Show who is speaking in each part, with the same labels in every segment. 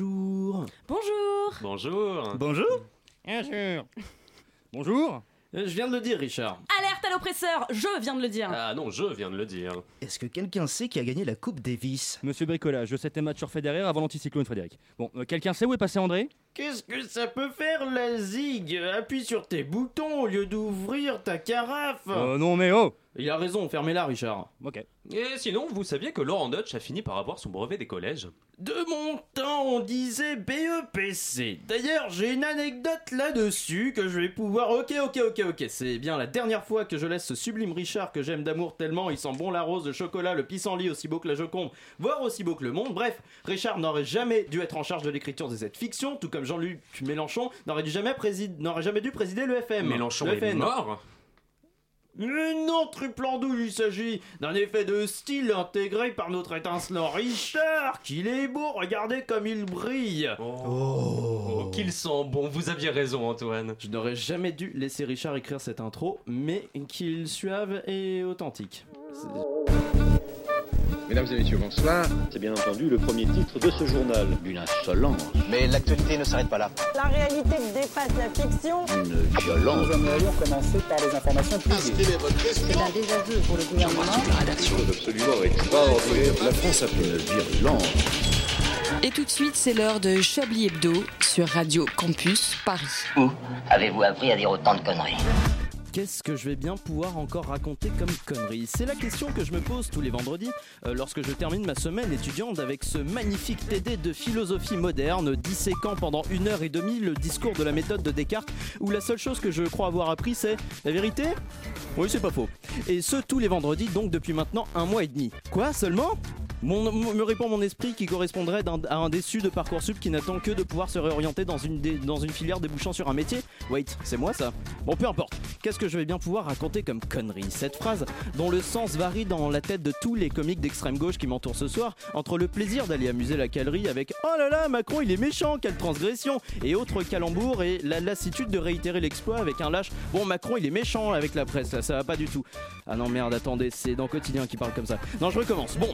Speaker 1: Bonjour.
Speaker 2: Bonjour
Speaker 3: Bonjour
Speaker 1: Bonjour
Speaker 4: Bien sûr. Bonjour.
Speaker 3: Euh, Je viens de le dire, Richard.
Speaker 2: Alerte à l'oppresseur Je viens de le dire
Speaker 3: Ah non, je viens de le dire.
Speaker 1: Est-ce que quelqu'un sait qui a gagné la Coupe Davis
Speaker 4: Monsieur Bricolage, c'était match sur Federer avant l'anticyclone, Frédéric. Bon, euh, quelqu'un sait où est passé André
Speaker 5: Qu'est-ce que ça peut faire la zig Appuie sur tes boutons au lieu d'ouvrir ta carafe
Speaker 3: Ah.
Speaker 4: Euh, non, mais oh
Speaker 5: Il a raison, fermez-la Richard.
Speaker 4: Ok.
Speaker 3: Et sinon, vous saviez que Laurent Dutch a fini par avoir son brevet des collèges
Speaker 5: De mon temps, on disait BEPC. D'ailleurs, j'ai une anecdote là-dessus que je vais pouvoir... Ok, ok, ok, ok, c'est bien la dernière fois que je laisse ce sublime Richard que j'aime d'amour tellement, il sent bon la rose, le chocolat, le pissenlit, aussi beau que la Joconde, voire aussi beau que le monde. Bref, Richard n'aurait jamais dû être en charge de l'écriture de cette fiction, tout comme Jean-Luc Mélenchon n'aurait dû jamais, présid- n'aurait jamais dû présider le FM.
Speaker 3: Eh, Mélenchon
Speaker 5: Le
Speaker 3: est
Speaker 5: FN.
Speaker 3: mort
Speaker 5: Mais non, Triplando, il s'agit d'un effet de style intégré par notre étincelant Richard, qu'il est beau, regardez comme il brille.
Speaker 3: Oh, qu'il sent bon, vous aviez raison, Antoine.
Speaker 5: Je n'aurais jamais dû laisser Richard écrire cette intro, mais qu'il suave et authentique. C'est-
Speaker 6: Mesdames et messieurs, bonsoir.
Speaker 7: C'est bien entendu le premier titre de ce journal. Une insolence,
Speaker 8: Mais l'actualité ne s'arrête pas là.
Speaker 9: La réalité dépasse la fiction.
Speaker 7: une violence.
Speaker 8: Nous aimerions commencer par les informations privées.
Speaker 9: C'est un désaveu pour le gouvernement.
Speaker 7: absolument extraordinaire. La France a fait une virulence.
Speaker 10: Et tout de suite, c'est l'heure de Chablis Hebdo sur Radio Campus Paris.
Speaker 8: Avez-vous appris à dire autant de conneries
Speaker 5: Qu'est-ce que je vais bien pouvoir encore raconter comme conneries C'est la question que je me pose tous les vendredis euh, lorsque je termine ma semaine étudiante avec ce magnifique TD de philosophie moderne disséquant pendant une heure et demie le discours de la méthode de Descartes où la seule chose que je crois avoir appris c'est la vérité Oui, c'est pas faux. Et ce tous les vendredis donc depuis maintenant un mois et demi. Quoi seulement Mon- mon- me répond mon esprit qui correspondrait d'un- à un déçu de Parcoursup qui n'attend que de pouvoir se réorienter dans une, dé- dans une filière débouchant sur un métier. Wait, c'est moi ça Bon, peu importe. Qu'est-ce que je vais bien pouvoir raconter comme connerie Cette phrase, dont le sens varie dans la tête de tous les comiques d'extrême gauche qui m'entourent ce soir, entre le plaisir d'aller amuser la calerie avec Oh là là, Macron il est méchant, quelle transgression et autres calembours, et la lassitude de réitérer l'exploit avec un lâche Bon, Macron il est méchant avec la presse, ça, ça va pas du tout. Ah non, merde, attendez, c'est dans Quotidien qui parle comme ça. Non, je recommence. Bon.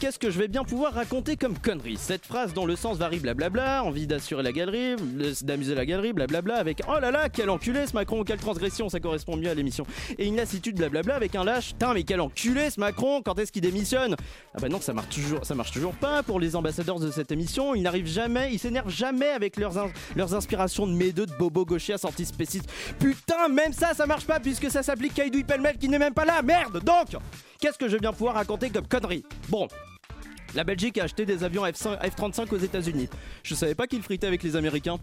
Speaker 5: Qu'est-ce que je vais bien pouvoir raconter comme connerie Cette phrase dont le sens varie blablabla, envie d'assurer la galerie, le- d'amuser la galerie, blablabla, avec oh là là, quel enculé ce Macron, quelle transgression, ça correspond mieux à l'émission. Et une lassitude blablabla avec un lâche, Tain mais quel enculé ce Macron, quand est-ce qu'il démissionne Ah bah non, ça marche toujours, ça marche toujours pas pour les ambassadeurs de cette émission, ils n'arrivent jamais, ils s'énervent jamais avec leurs, in- leurs inspirations de mes deux de Bobo Gauchia sortis spécistes. Putain, même ça, ça marche pas puisque ça s'applique à Edoui Pellemel qui n'est même pas là, merde Donc, qu'est-ce que je vais bien pouvoir raconter comme connerie Bon, la Belgique a acheté des avions F5 F-35 aux États-Unis. Je savais pas qu'ils fritaient avec les Américains.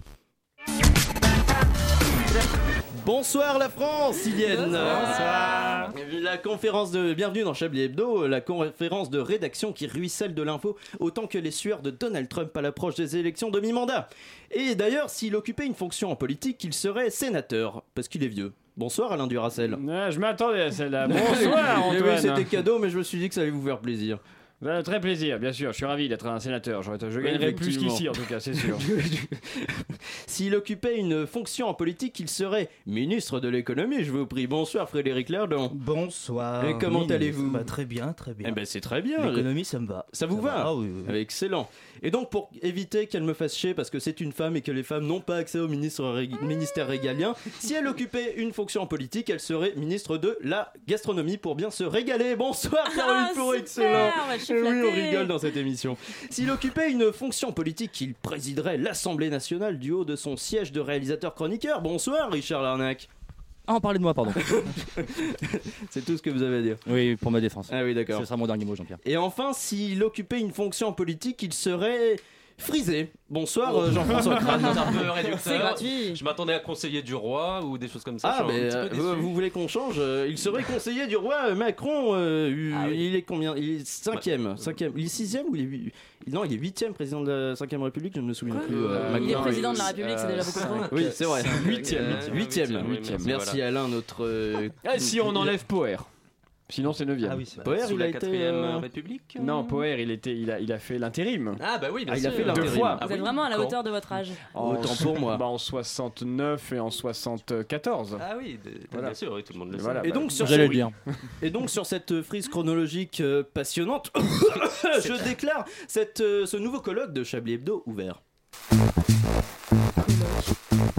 Speaker 5: Bonsoir la France, Ilienne Bonsoir La conférence de bienvenue dans Chablis Hebdo, la conférence de rédaction qui ruisselle de l'info autant que les sueurs de Donald Trump à l'approche des élections de mi-mandat. Et d'ailleurs, s'il occupait une fonction en politique, il serait sénateur, parce qu'il est vieux. Bonsoir Alain Duracel.
Speaker 4: je m'attendais à celle-là.
Speaker 5: Eh oui, c'était cadeau, mais je me suis dit que ça allait vous faire plaisir.
Speaker 11: Bah,
Speaker 4: très plaisir, bien sûr. Je suis ravi d'être un sénateur. Je
Speaker 5: gagnerai plus qu'ici,
Speaker 4: en tout cas, c'est sûr.
Speaker 5: S'il occupait une fonction en politique, il serait ministre de l'économie, je vous prie. Bonsoir Frédéric Lardon.
Speaker 1: Bonsoir.
Speaker 5: Et comment
Speaker 1: Minute.
Speaker 5: allez-vous
Speaker 1: Bah, Très bien, très bien.
Speaker 5: Eh ben c'est très bien.
Speaker 1: L'économie, ça me va.
Speaker 5: Ça vous va
Speaker 1: Ah oui, oui,
Speaker 5: Ah,
Speaker 1: oui.
Speaker 5: Excellent. Et donc pour éviter qu'elle me fasse chier parce que c'est une femme et que les femmes n'ont pas accès au ministre ré- ministère régalien, si elle occupait une fonction en politique, elle serait ministre de la gastronomie pour bien se régaler. Bonsoir Caroline
Speaker 2: Ah,
Speaker 5: Four,
Speaker 2: super
Speaker 5: excellent.
Speaker 2: Bah, je suis
Speaker 5: Eh oui, on
Speaker 2: flattée.
Speaker 5: rigole dans cette émission. S'il occupait une fonction politique, il présiderait l'Assemblée nationale du haut de son siège de réalisateur-chroniqueur. Bonsoir, Richard Larnac.
Speaker 4: Ah, on parlait de moi, pardon.
Speaker 5: C'est tout ce que vous avez à dire.
Speaker 4: Oui, pour ma défense.
Speaker 5: Ah oui, d'accord.
Speaker 4: Ce sera mon dernier mot, Jean-Pierre.
Speaker 5: Et enfin, s'il occupait une fonction politique, il serait frisé. Bonsoir, euh, Jean-François Crane.
Speaker 3: Oh. C'est un peu réducteur.
Speaker 2: C'est gratuit
Speaker 3: Je m'attendais à conseiller du roi ou des choses comme ça.
Speaker 5: Ah,
Speaker 3: je suis
Speaker 5: mais
Speaker 3: un
Speaker 5: euh,
Speaker 3: petit peu
Speaker 5: vous,
Speaker 3: déçu.
Speaker 5: vous voulez qu'on change euh, Il serait conseiller du roi euh, Macron. euh, il-
Speaker 3: Ah oui.
Speaker 5: Il est combien Il est cinquième. cinquième. Il est sixième ou il est huit- Non, il est huitième président de la cinquième République. Je ne me souviens
Speaker 2: Quoi
Speaker 5: plus. euh,
Speaker 2: Il est
Speaker 5: Macron,
Speaker 2: président de la République, c'est déjà beaucoup trop.
Speaker 5: euh, Oui, c'est vrai.
Speaker 3: Huitième.
Speaker 5: Huitième.
Speaker 3: Huitième, oui,
Speaker 11: Ah,
Speaker 5: Merci Alain, notre. euh,
Speaker 4: on enlève Poer.
Speaker 11: Sinon, c'est 9
Speaker 3: Ah oui,
Speaker 2: Bah,
Speaker 3: c'est
Speaker 11: Poher,
Speaker 3: sous
Speaker 11: il
Speaker 3: la
Speaker 11: a été.
Speaker 3: quatrième,
Speaker 11: euh,
Speaker 3: euh, République, euh
Speaker 11: Non, Poher, il, était, il, a, il a fait l'intérim.
Speaker 3: Ah bah oui, bien
Speaker 11: Ah, il a
Speaker 3: sûr.
Speaker 11: fait l'intérim.
Speaker 3: Deux fois.
Speaker 11: Ah
Speaker 2: Vous
Speaker 11: oui.
Speaker 2: êtes vraiment à la
Speaker 11: Quand
Speaker 2: hauteur de votre âge.
Speaker 11: En
Speaker 5: Autant
Speaker 11: so-
Speaker 5: pour moi.
Speaker 11: bah, en 69 et en 74.
Speaker 3: Ah oui, de-
Speaker 11: Voilà.
Speaker 3: bien sûr, oui, tout le monde le sait.
Speaker 11: Voilà,
Speaker 5: Et
Speaker 11: bah,
Speaker 5: donc, sur
Speaker 4: J'allais
Speaker 5: ce-
Speaker 4: le dire.
Speaker 5: Et donc sur cette euh, frise chronologique euh, passionnante, je déclare cette, euh, ce nouveau colloque de Chablis Hebdo ouvert.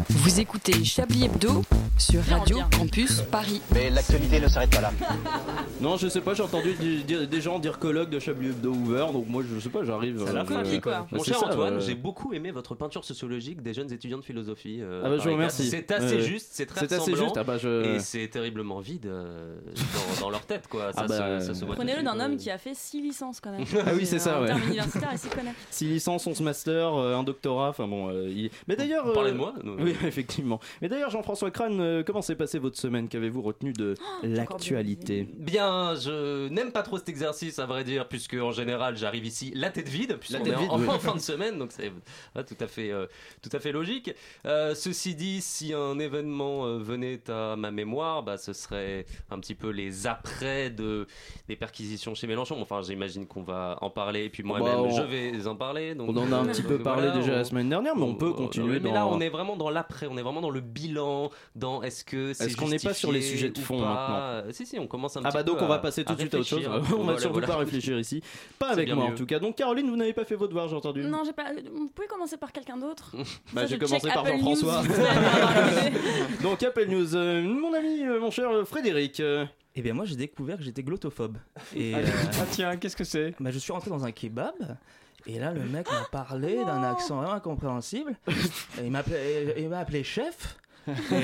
Speaker 10: Vous écoutez Chablis Hebdo sur
Speaker 2: Bien,
Speaker 10: Radio
Speaker 2: bien.
Speaker 10: Campus Paris.
Speaker 8: Mais l'actualité ne s'arrête pas là.
Speaker 5: Non, je sais pas, j'ai entendu du- dire- des gens dire colloque de Chablis Hebdo ouvert, donc moi je sais pas, j'arrive.
Speaker 3: Ça l'a
Speaker 5: euh,
Speaker 3: frappé,
Speaker 5: euh,
Speaker 2: quoi.
Speaker 5: bah,
Speaker 3: Mon
Speaker 5: c'est
Speaker 3: cher
Speaker 5: ça,
Speaker 3: Antoine,
Speaker 5: euh,
Speaker 3: j'ai beaucoup aimé votre peinture sociologique des jeunes étudiants de philosophie. euh,
Speaker 5: Ah bah, je
Speaker 3: par
Speaker 5: vous
Speaker 3: les classes.
Speaker 5: remercie.
Speaker 3: C'est assez
Speaker 5: Ouais.
Speaker 3: juste, c'est très
Speaker 5: C'est assez
Speaker 3: ressemblant,
Speaker 5: juste. Ah bah je.
Speaker 3: Et c'est terriblement vide euh, dans, dans leur tête, quoi. Ça,
Speaker 5: Ah bah,
Speaker 3: se, ça se voit tout de
Speaker 2: Prenez-le
Speaker 3: suite,
Speaker 2: d'un
Speaker 3: euh.
Speaker 2: homme qui a fait 6 licences quand même. Euh,
Speaker 5: Ah oui, c'est ça,
Speaker 2: En
Speaker 5: ouais.
Speaker 2: termes universitaires, il s'y connaît.
Speaker 5: 6 licences, 11 masters, euh, un doctorat, enfin bon. euh, il- Mais d'ailleurs.
Speaker 3: Vous parlez de
Speaker 5: euh,
Speaker 3: moi non,
Speaker 5: Oui, effectivement. Mais d'ailleurs, Jean-François Crane, euh, comment s'est passée votre semaine Qu'avez-vous retenu de l'actualité
Speaker 3: Bien, je n'aime pas trop cet exercice, à vrai dire, puisque en général, j'arrive ici la tête vide, puisqu'on est
Speaker 5: tête
Speaker 3: en,
Speaker 5: vide,
Speaker 3: en
Speaker 5: oui.
Speaker 3: fin de semaine, donc c'est euh, tout à fait, euh, tout à fait logique. Euh, ceci dit, si un événement euh, venait à ma mémoire, bah, ce serait un petit peu les après de des perquisitions chez Mélenchon. Enfin, j'imagine qu'on va en parler, et puis
Speaker 5: bah,
Speaker 3: moi-même,
Speaker 5: on-
Speaker 3: je vais en parler. Donc,
Speaker 5: On en a un
Speaker 3: euh,
Speaker 5: petit peu
Speaker 3: donc
Speaker 5: parlé
Speaker 3: voilà,
Speaker 5: déjà
Speaker 3: on-
Speaker 5: la semaine dernière, mais on peut continuer
Speaker 3: mais
Speaker 5: dans.
Speaker 3: là, on est vraiment dans l'après, on est vraiment dans le bilan, dans est-ce que c'est
Speaker 5: Est-ce qu'on n'est pas
Speaker 3: justifié
Speaker 5: sur les sujets de
Speaker 3: ou
Speaker 5: fond,
Speaker 3: pas.
Speaker 5: maintenant
Speaker 3: Euh, Si, si, on commence un
Speaker 5: Ah
Speaker 3: petit
Speaker 5: bah donc
Speaker 3: peu euh,
Speaker 5: on va
Speaker 3: à-
Speaker 5: passer tout de suite à autre chose.
Speaker 3: réfléchir.
Speaker 5: on va
Speaker 3: Voilà,
Speaker 5: surtout
Speaker 3: voilà.
Speaker 5: pas réfléchir ici. Pas
Speaker 3: C'est
Speaker 5: avec
Speaker 3: bien
Speaker 5: moi en
Speaker 3: mieux.
Speaker 5: tout cas. Donc Caroline, vous n'avez pas fait vos devoirs, j'ai entendu.
Speaker 2: Non, j'ai pas. Vous pouvez commencer par quelqu'un d'autre
Speaker 5: Bah,
Speaker 2: Ça,
Speaker 5: j'ai
Speaker 2: je
Speaker 5: commencé
Speaker 2: check
Speaker 5: par
Speaker 2: Apple
Speaker 5: Jean-François.
Speaker 2: News cette semaine pour avoir une idée.
Speaker 5: Donc Apple News, euh, mon ami, euh, mon cher euh, Frédéric. euh,
Speaker 1: Eh bien, moi, j'ai découvert que j'étais glottophobe. Et
Speaker 11: Ah,
Speaker 1: euh,
Speaker 11: ah, tiens, qu'est-ce que c'est
Speaker 1: bah, je suis rentré dans un kebab. Et là, le mec m'a parlé d'un accent vraiment incompréhensible. Et il m'a appelé, il m'a appelé chef. Et, euh,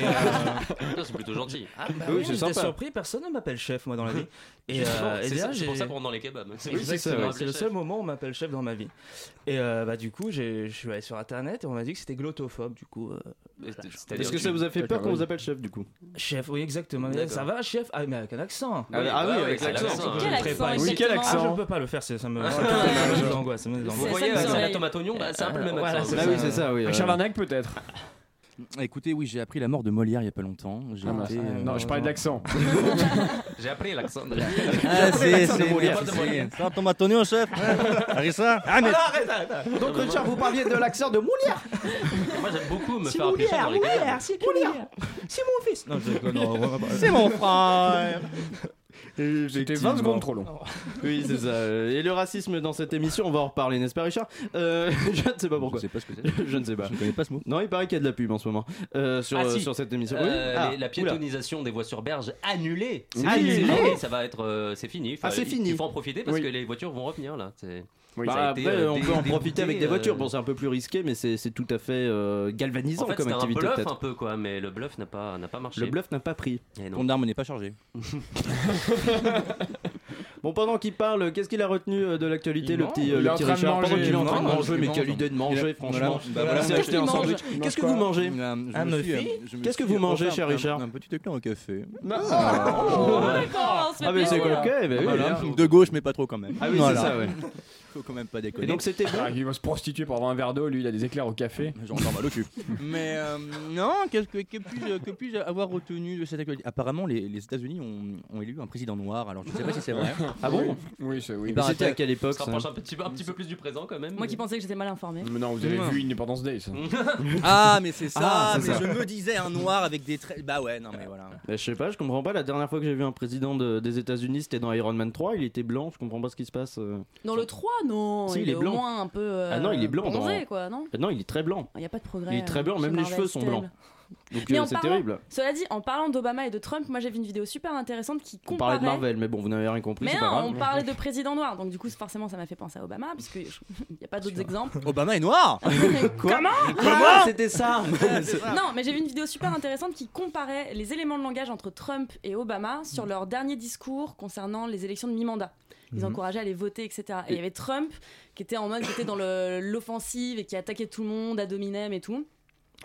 Speaker 3: Ça, c'est plutôt gentil.
Speaker 1: ah, bah
Speaker 5: Oui,
Speaker 1: oui,
Speaker 5: c'est
Speaker 1: j'étais
Speaker 5: sympa.
Speaker 1: surpris, personne ne m'appelle chef, moi, dans la vie. Et,
Speaker 3: Justement,
Speaker 1: euh, et
Speaker 3: c'est ça-
Speaker 1: d'ailleurs,
Speaker 3: c'est pour
Speaker 1: j'ai-
Speaker 3: ça qu'on rentre dans les kebabs. C'est
Speaker 5: Oui, c'est ça,
Speaker 1: Exactement,
Speaker 5: ouais.
Speaker 1: c'est le seul moment où on m'appelle chef dans ma vie. Et euh, bah, du coup, j'ai- je suis allé sur internet et on m'a dit que c'était glottophobe. Du coup, euh,
Speaker 5: Est-ce que ça vous a fait peur
Speaker 11: D'accord,
Speaker 5: qu'on
Speaker 11: oui.
Speaker 5: vous appelle chef du coup
Speaker 1: chef, oui, exactement. Mais
Speaker 3: D'accord.
Speaker 1: ça va, chef Ah, mais avec un accent.
Speaker 5: Ah, ah oui,
Speaker 3: ouais,
Speaker 5: avec
Speaker 3: ouais,
Speaker 5: l'accent.
Speaker 3: l'accent,
Speaker 2: Quel
Speaker 3: ouais.
Speaker 2: accent
Speaker 11: Oui, quel
Speaker 2: exactement
Speaker 1: Ah,
Speaker 11: accent.
Speaker 1: je ne peux pas le faire, c'est- ça me.
Speaker 3: Ah,
Speaker 1: ça
Speaker 2: ouais.
Speaker 1: me l'angoisse, ça me
Speaker 3: Vous
Speaker 1: l'angoisse.
Speaker 3: voyez,
Speaker 2: ça que
Speaker 3: avec
Speaker 2: j'ai-
Speaker 3: la tomate oignon, bah, c'est un peu le même
Speaker 1: Voilà,
Speaker 3: accent.
Speaker 1: c'est
Speaker 5: Ah
Speaker 1: ça.
Speaker 5: oui, c'est ça, oui. euh.
Speaker 11: Avec Charlanac peut-être
Speaker 4: Écoutez, oui, j'ai appris la mort de Molière il y a pas longtemps. J'ai
Speaker 11: Ah, mince.
Speaker 4: été, euh,
Speaker 11: Non, je parlais de l'accent.
Speaker 3: J'ai appris l'accent. de-
Speaker 4: Ah, c'est
Speaker 5: de Molière.
Speaker 4: c'est- c'est un tomatonio, chef. Harissa Ah, mais
Speaker 5: Donc Richard, vous parliez de l'accent de Moulière
Speaker 3: Moi, j'aime beaucoup me faire appeler chef dans les kebabs.
Speaker 1: Non, je déconne, non, vraiment pas.
Speaker 4: c'est mon frère
Speaker 11: C'était 20 secondes trop long.
Speaker 5: Oui, c'est ça. euh, Et le racisme dans cette émission, on va en reparler, n'est-ce pas Richard Euh, Je ne sais pas pourquoi.
Speaker 4: Je sais pas ce que c'est.
Speaker 5: Je ne sais pas.
Speaker 4: Je ne connais pas ce mot.
Speaker 5: Non, il paraît qu'il y a de la pub en ce moment euh, sur,
Speaker 3: Ah,
Speaker 5: euh,
Speaker 3: si.
Speaker 5: sur cette émission. Oui
Speaker 3: Euh,
Speaker 5: Ah,
Speaker 3: les- la
Speaker 5: oula.
Speaker 3: piétonisation des voies sur berge annulée.
Speaker 5: Oui.
Speaker 3: C'est
Speaker 5: Annulée
Speaker 3: fini, ça va être, euh, c'est fini. Enfin,
Speaker 5: Ah, c'est
Speaker 3: il-
Speaker 5: fini.
Speaker 3: Il faut en profiter parce
Speaker 11: Oui.
Speaker 3: que les voitures vont revenir là. C'est-
Speaker 11: Oui,
Speaker 5: Bah,
Speaker 3: ça a été,
Speaker 5: après,
Speaker 3: euh,
Speaker 5: on
Speaker 3: dé-
Speaker 5: peut en
Speaker 3: débouté,
Speaker 5: profiter avec des
Speaker 3: euh,
Speaker 5: voitures. Bon, c'est un peu plus risqué, mais c'est c'est tout à fait euh, galvanisant
Speaker 3: En fait,
Speaker 5: comme
Speaker 3: c'était un
Speaker 5: activité.
Speaker 3: bluff
Speaker 5: peut-être.
Speaker 3: un peu quoi, mais le bluff n'a pas, n'a pas marché.
Speaker 5: Le bluff n'a pas pris.
Speaker 3: Eh non.
Speaker 4: Ton arme n'est pas chargée.
Speaker 5: Bon, pendant qu'il parle, qu'est-ce qu'il a retenu euh, de l'actualité,
Speaker 4: Il
Speaker 5: le
Speaker 4: mange.
Speaker 5: petit, euh,
Speaker 11: Il est
Speaker 5: le
Speaker 11: en
Speaker 5: petit
Speaker 11: train de
Speaker 5: Richard
Speaker 11: manger.
Speaker 5: Pendant qu'il est en
Speaker 4: Il
Speaker 5: train de
Speaker 4: mange,
Speaker 5: manger,
Speaker 4: il
Speaker 5: mais
Speaker 4: mange.
Speaker 5: quelle idée de
Speaker 4: Il
Speaker 5: manger,
Speaker 4: a-
Speaker 5: franchement.
Speaker 4: Voilà. Bah, voilà.
Speaker 5: Il s'est acheté un sandwich.
Speaker 11: Il mange
Speaker 5: Qu'est-ce que
Speaker 11: pas.
Speaker 5: vous mangez
Speaker 4: Euh, je me
Speaker 1: Ah,
Speaker 4: suis,
Speaker 1: Murphy
Speaker 4: euh, je me
Speaker 5: Qu'est-ce que
Speaker 4: suis
Speaker 5: vous mangez,
Speaker 4: offert
Speaker 5: cher
Speaker 4: un-
Speaker 5: Richard
Speaker 4: Un petit éclair au café. Ah.
Speaker 2: D'accord, on se fait
Speaker 5: Ah, mais c'est
Speaker 2: plaisir.
Speaker 5: ok, bah oui,
Speaker 4: Voilà.
Speaker 5: hein.
Speaker 4: De gauche, mais pas trop quand même.
Speaker 5: Ah oui,
Speaker 4: Voilà.
Speaker 5: c'est ça, ouais.
Speaker 4: Faut quand même pas
Speaker 5: Et
Speaker 4: déconner.
Speaker 5: donc c'était bon.
Speaker 11: Ah, Il va se prostituer pour avoir un verre d'eau, lui il a des éclairs au café.
Speaker 4: J'en ai mal au cul. Mais euh, non, qu'est-ce que, que puis-je que puis-je avoir retenu de cette actualité Apparemment, les, les États-Unis ont, ont élu un président noir, alors je ne sais pas si c'est vrai. Eh
Speaker 5: Ah bon
Speaker 11: Oui, c'est oui.
Speaker 5: Mais C'était
Speaker 4: Barack-
Speaker 5: à quelle
Speaker 3: On
Speaker 5: époque
Speaker 3: se
Speaker 5: Bah, ça
Speaker 3: rapproche un petit, peu- un petit peu plus du présent quand même.
Speaker 2: Moi qui pensais que j'étais mal informé.
Speaker 11: Mais non, vous avez vu Independence Day, ça.
Speaker 4: Ah, mais c'est ça,
Speaker 5: Ah, c'est
Speaker 4: mais
Speaker 5: ça.
Speaker 4: je me disais un noir avec des traits. Bah ouais, non, mais voilà.
Speaker 5: Bah, je sais pas, je comprends pas. La dernière fois que j'ai vu un président de- des États-Unis, c'était dans Iron Man 3. Il était blanc, je comprends pas ce qui se passe. euh.
Speaker 2: Dans le 3, non.
Speaker 5: Si, il est
Speaker 2: Oh, au
Speaker 5: blanc.
Speaker 2: moins un peu. euh,
Speaker 5: Ah non, il est blanc dans-
Speaker 2: bronzé, quoi, non
Speaker 5: Ah non, il est très blanc.
Speaker 2: Il n'y a pas de progrès.
Speaker 5: Il est très
Speaker 2: euh,
Speaker 5: blanc, même
Speaker 2: chez
Speaker 5: les
Speaker 2: Marvel,
Speaker 5: cheveux sont
Speaker 2: c'est
Speaker 5: blancs.
Speaker 2: terrible.
Speaker 5: Donc
Speaker 2: Mais
Speaker 5: euh,
Speaker 2: en
Speaker 5: c'est
Speaker 2: parlant-
Speaker 5: terrible.
Speaker 2: Cela dit, en parlant d'Obama et de Trump, moi j'ai vu une vidéo super intéressante qui
Speaker 5: On
Speaker 2: comparait.
Speaker 5: parlait de Marvel, mais bon, vous n'avez rien compris,
Speaker 2: Mais
Speaker 5: c'est
Speaker 2: non,
Speaker 5: pas grave.
Speaker 2: on parlait de président noir, donc du coup forcément ça m'a fait penser à Obama, puisque il n'y a pas d'autres exemples.
Speaker 4: Obama est noir
Speaker 2: Comment
Speaker 5: Comment C'était ça
Speaker 2: Non, mais j'ai vu une vidéo super intéressante qui comparait les éléments de langage entre Trump et Obama sur
Speaker 5: Mm.
Speaker 2: leur dernier discours concernant les élections de mi-mandat.
Speaker 5: Mm-hmm.
Speaker 2: Ils encourageaient à aller voter, etc. Et il y avait Trump qui était en mode, qui était dans le- l'offensive et qui attaquait tout le monde, à dominem et tout.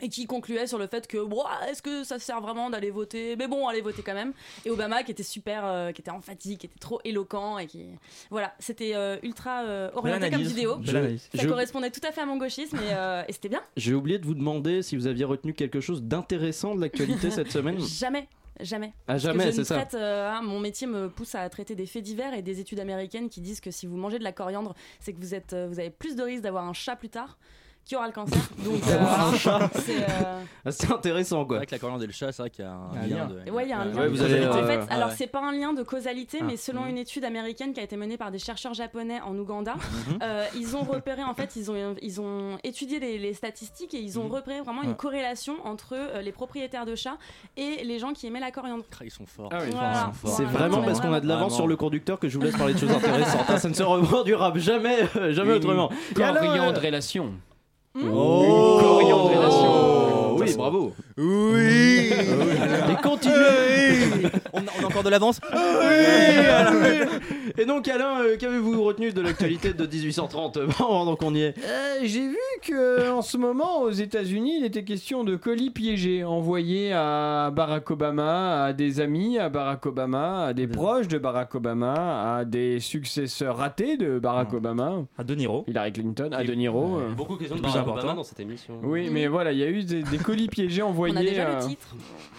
Speaker 2: Et qui concluait sur le fait que, Ouah, est-ce que ça sert vraiment d'aller voter Mais bon, allez voter quand même. Et Obama qui était super, euh, qui était emphatique, qui était trop éloquent et qui. Voilà, c'était euh, ultra euh, orienté comme vidéo. Ça
Speaker 5: Je-
Speaker 2: correspondait tout à fait à mon gauchisme et, euh, et c'était bien.
Speaker 5: J'ai oublié de vous demander si vous aviez retenu quelque chose d'intéressant de l'actualité cette semaine.
Speaker 2: Jamais. Jamais.
Speaker 5: Ah,
Speaker 2: Parce que
Speaker 5: jamais,
Speaker 2: je ne
Speaker 5: c'est ça.
Speaker 2: traite, euh, hein, mon métier me pousse à traiter des faits divers et des études américaines qui disent que si vous mangez de la coriandre, c'est que vous, êtes, euh, vous avez plus de risques d'avoir un chat plus tard qui aura le cancer. Donc, euh,
Speaker 5: D'avoir un chat.
Speaker 2: c'est, euh,
Speaker 5: Ah, C'est intéressant quoi. Ah,
Speaker 4: Avec la coriandre et le chat, c'est vrai qu'il y a un lien. de-
Speaker 2: Ouais, il y a un lien.
Speaker 5: Ouais, vous avez,
Speaker 2: en
Speaker 5: euh,
Speaker 2: fait,
Speaker 5: ouais.
Speaker 2: alors c'est pas un lien de causalité,
Speaker 5: Ah.
Speaker 2: mais selon une étude américaine qui a été menée par des chercheurs japonais en Ouganda,
Speaker 5: Mhm.
Speaker 2: euh, ils ont repéré, en fait, ils ont, ils ont étudié les, les statistiques et ils
Speaker 5: Mhm.
Speaker 2: ont repéré vraiment une
Speaker 4: Ouais.
Speaker 2: corrélation entre euh, les propriétaires de chats et les gens qui aimaient la coriandre.
Speaker 4: Ils sont forts.
Speaker 2: Ah oui,
Speaker 4: Ils sont
Speaker 2: Voilà.
Speaker 4: forts.
Speaker 5: C'est vraiment parce qu'on a de l'avance
Speaker 4: Vraiment.
Speaker 5: sur le conducteur que je vous laisse parler de choses intéressantes. hein. Ça ne se reproduira jamais, euh, jamais autrement. Et alors, euh,
Speaker 11: Coriandre relation.
Speaker 5: Oh
Speaker 11: Coriandre relation.
Speaker 5: Oui, bravo.
Speaker 4: Oui
Speaker 5: Et continuez Ah
Speaker 4: on, a, on a encore de l'avance
Speaker 5: Et donc Alain, euh, qu'avez-vous retenu de l'actualité de 1830 Bon, donc on y est.
Speaker 11: Euh, J'ai vu que euh, en ce moment aux États-Unis, il était question de colis piégés envoyés à Barack Obama, à des amis à Barack Obama, à des proches de Barack Obama, à des successeurs ratés de Barack Obama.
Speaker 1: À De Niro.
Speaker 11: Hillary Clinton, à De Niro. euh.
Speaker 3: Beaucoup de questions de
Speaker 11: Plus
Speaker 3: Barack
Speaker 11: important.
Speaker 3: Obama dans cette émission.
Speaker 11: Oui, mais voilà, il y a eu des, des colis piégés envoyés.
Speaker 3: déjà le
Speaker 11: euh,
Speaker 3: titre.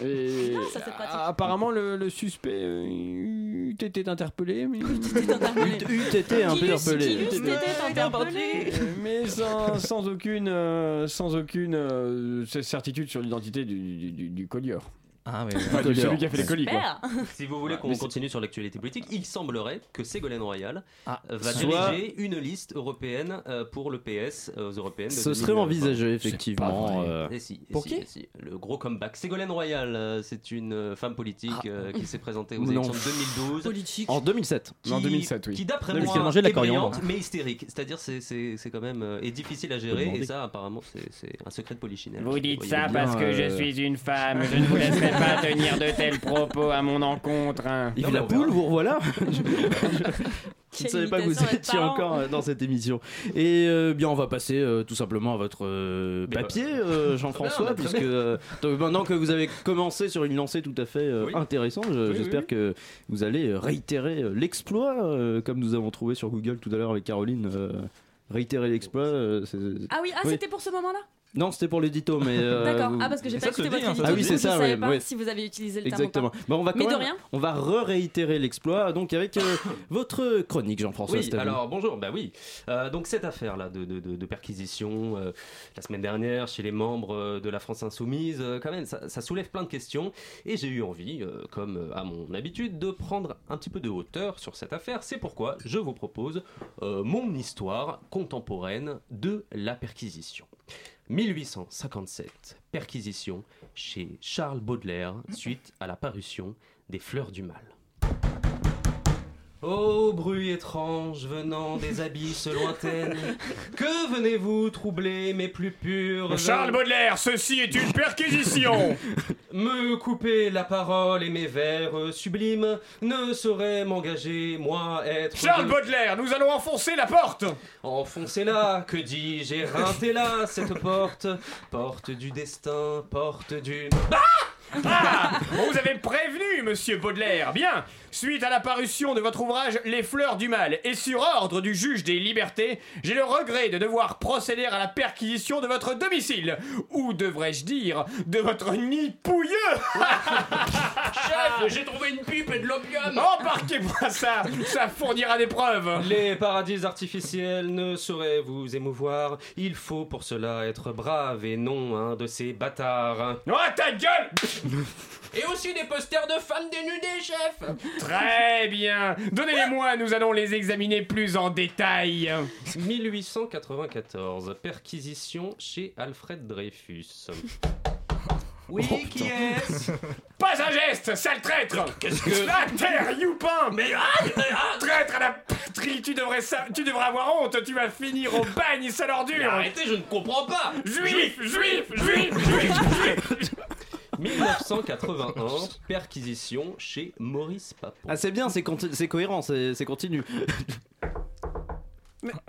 Speaker 3: Ah,
Speaker 11: et ah,
Speaker 3: ça, c'est pratique.
Speaker 11: apparemment, le, le suspect euh, eût été interpellé. mais-
Speaker 5: Eût été un peu interpellé.
Speaker 11: Euh, mais sans, sans aucune, euh, sans aucune euh, certitude sur l'identité du, du- du- du collier.
Speaker 1: Ah, mais
Speaker 11: Enfin, du- celui qui a fait les colis, quoi.
Speaker 3: Si vous voulez qu'on
Speaker 11: Mais c'est-
Speaker 3: continue sur l'actualité politique, il semblerait que Ségolène Royal
Speaker 1: Ah,
Speaker 3: va
Speaker 5: soit-
Speaker 3: diriger une liste européenne euh, pour le PS euh, aux européennes. de
Speaker 5: Ce serait
Speaker 3: 2020.
Speaker 5: envisagé effectivement. euh,
Speaker 3: Et Eh si, et
Speaker 5: Pour
Speaker 3: si,
Speaker 5: qui
Speaker 3: et si. Le gros comeback. Ségolène Royal, euh, c'est une euh, femme politique euh, qui s'est présentée aux
Speaker 5: Non.
Speaker 3: élections de 2012.
Speaker 5: En 2007.
Speaker 3: Qui, Qui d'après moi
Speaker 5: a mangé de la
Speaker 3: est brillante,
Speaker 5: coriandre.
Speaker 3: mais hystérique. C'est-à-dire c'est c'est c'est quand même euh, est difficile à
Speaker 5: Je peux
Speaker 3: gérer
Speaker 5: demander.
Speaker 3: et ça apparemment c'est c'est un secret de polichinelle.
Speaker 12: Vous dites
Speaker 3: Voyez
Speaker 12: ça
Speaker 3: bien,
Speaker 12: parce que
Speaker 3: euh,
Speaker 12: je suis une femme. Je ne vous laisserai pas tenir de tels propos à mon encontre. hein.
Speaker 5: Yves la poule, vous revoilà Je ne
Speaker 12: Quelle
Speaker 5: savais pas que vous
Speaker 12: imitation de
Speaker 5: étiez
Speaker 12: parents.
Speaker 5: encore euh, dans cette émission. Et euh, bien, on va passer euh, tout simplement à votre euh,
Speaker 3: bah,
Speaker 5: papier, euh, Jean-François,
Speaker 4: très bien.
Speaker 5: puisque euh, donc, maintenant que vous avez commencé sur une lancée tout à fait euh, intéressante, je- j'espère que vous allez euh, réitérer euh, l'exploit, euh, comme nous avons trouvé sur Google tout à l'heure avec Caroline. euh, réitérer l'exploit. euh, c'est-
Speaker 2: Ah oui, ah, c'était pour ce moment-là
Speaker 5: Non, c'était pour l'édito, mais. euh,
Speaker 2: D'accord.
Speaker 5: vous-
Speaker 2: Ah, parce que j'ai pas écouté votre
Speaker 5: Ah oui, c'est ça,
Speaker 2: Je savais
Speaker 5: oui,
Speaker 2: pas
Speaker 5: oui.
Speaker 2: si vous avez utilisé le terme. ou pas.
Speaker 5: Exactement. Bon, on va quand
Speaker 2: Mais de
Speaker 5: même-
Speaker 2: rien.
Speaker 5: On va réitérer l'exploit donc avec euh, votre chronique, Jean-François.
Speaker 3: Oui,
Speaker 5: c'est à vous.
Speaker 3: alors bonjour, bah oui. Euh, donc cette affaire-là de, de, de- de perquisition, euh, la semaine dernière, chez les membres euh, de la France Insoumise, euh, quand même, ça, ça soulève plein de questions. Et j'ai eu envie, euh, comme euh, à mon habitude, de prendre un petit peu de hauteur sur cette affaire. C'est pourquoi je vous propose euh, mon histoire contemporaine de la perquisition. 1857, perquisition chez Charles Baudelaire suite à la parution des Fleurs du Mal. Ô bruit étrange venant des abysses lointaines, que venez-vous troubler mes plus purs
Speaker 13: Oh, Charles Baudelaire, ceci est une perquisition
Speaker 3: Me couper la parole et mes vers euh, sublimes ne saurait m'engager, moi, être...
Speaker 13: Charles Baudelaire, nous allons enfoncer la porte
Speaker 3: Enfoncez-la, que dis-je, et rincez-la, cette porte, porte du destin, porte du...
Speaker 13: Ah On vous avait prévenu, monsieur Baudelaire Bien Suite à la parution de votre ouvrage Les fleurs du mal et sur ordre du juge des libertés, j'ai le regret de devoir procéder à la perquisition de votre domicile Ou devrais-je dire, de votre nid pouilleux Chef, j'ai trouvé une pipe et de l'opium Embarquez-moi ça Ça fournira des preuves
Speaker 3: Les paradis artificiels ne sauraient vous émouvoir. Il faut pour cela être brave et non un de ces bâtards.
Speaker 13: Oh, ta gueule
Speaker 12: Et aussi des posters de femmes dénudées, chef
Speaker 13: Très Eh bien Donnez-les-moi, nous allons les examiner plus en détail
Speaker 3: 1894, perquisition chez Alfred Dreyfus. Oui, qui est-ce
Speaker 13: Oh, Pas un geste, sale traître
Speaker 3: Qu'est-ce que-
Speaker 13: La terre, Youpin Mais Traître à la patrie, tu devrais, sa- tu devrais avoir honte, tu vas finir au bagne, sale ordure
Speaker 3: Mais arrêtez, je ne comprends pas
Speaker 13: Juif, juif, juif
Speaker 3: 1981, perquisition chez Maurice Papon.
Speaker 5: Ah, c'est bien, c'est conti- c'est cohérent, c'est c'est continu.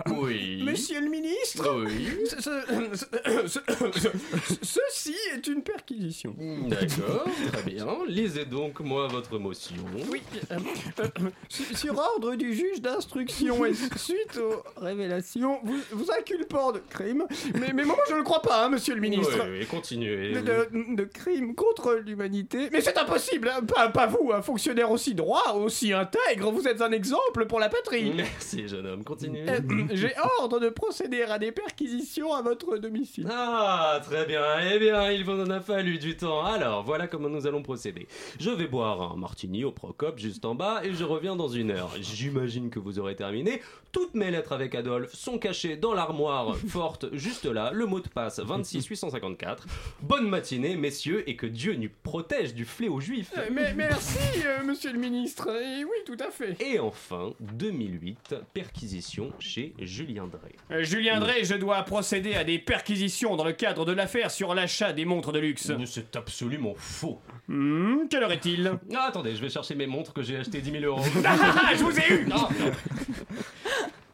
Speaker 13: Oui.
Speaker 11: Monsieur le ministre
Speaker 13: Oui.
Speaker 11: ce- ce- ce- ce- ce- Ceci est une perquisition.
Speaker 3: D'accord, très bien. Lisez donc moi votre motion.
Speaker 11: Oui. Euh, euh, su- Sur ordre du juge d'instruction et suite aux révélations, vous, vous inculpant de crime, mais, mais moi je ne le crois pas, hein, monsieur le ministre.
Speaker 3: Oui, oui, continuez.
Speaker 11: De, de, de crimes contre l'humanité. Mais c'est impossible, hein, pas, pas vous, un fonctionnaire aussi droit, aussi intègre, vous êtes un exemple pour la patrie.
Speaker 3: Merci, jeune homme, continuez.
Speaker 11: Mmh. Euh,
Speaker 13: Mmh.
Speaker 11: J'ai ordre de procéder à des perquisitions à votre domicile.
Speaker 3: Ah, très bien. Eh bien, il vous en a fallu du temps. Alors, voilà comment nous allons procéder. Je vais boire un martini au Procop juste en bas et je reviens dans une heure. J'imagine que vous aurez terminé. Toutes mes lettres avec Adolphe sont cachées dans l'armoire forte juste là. Le mot de passe 26854. Bonne matinée, messieurs, et que Dieu nous protège du fléau juif.
Speaker 11: Euh, Mais, mais merci, euh, monsieur le ministre. Et oui, tout à fait.
Speaker 3: Et enfin, 2008, perquisition chez Julien Drey.
Speaker 13: Euh, Julien
Speaker 3: Mm.
Speaker 13: Drey, je dois procéder à des perquisitions dans le cadre de l'affaire sur l'achat des montres de luxe. Hmm,
Speaker 3: C'est absolument faux.
Speaker 13: quelle heure est-il
Speaker 3: Ah, attendez, je vais chercher mes montres que j'ai achetées 10 000 euros.
Speaker 13: Ah, je vous ai eu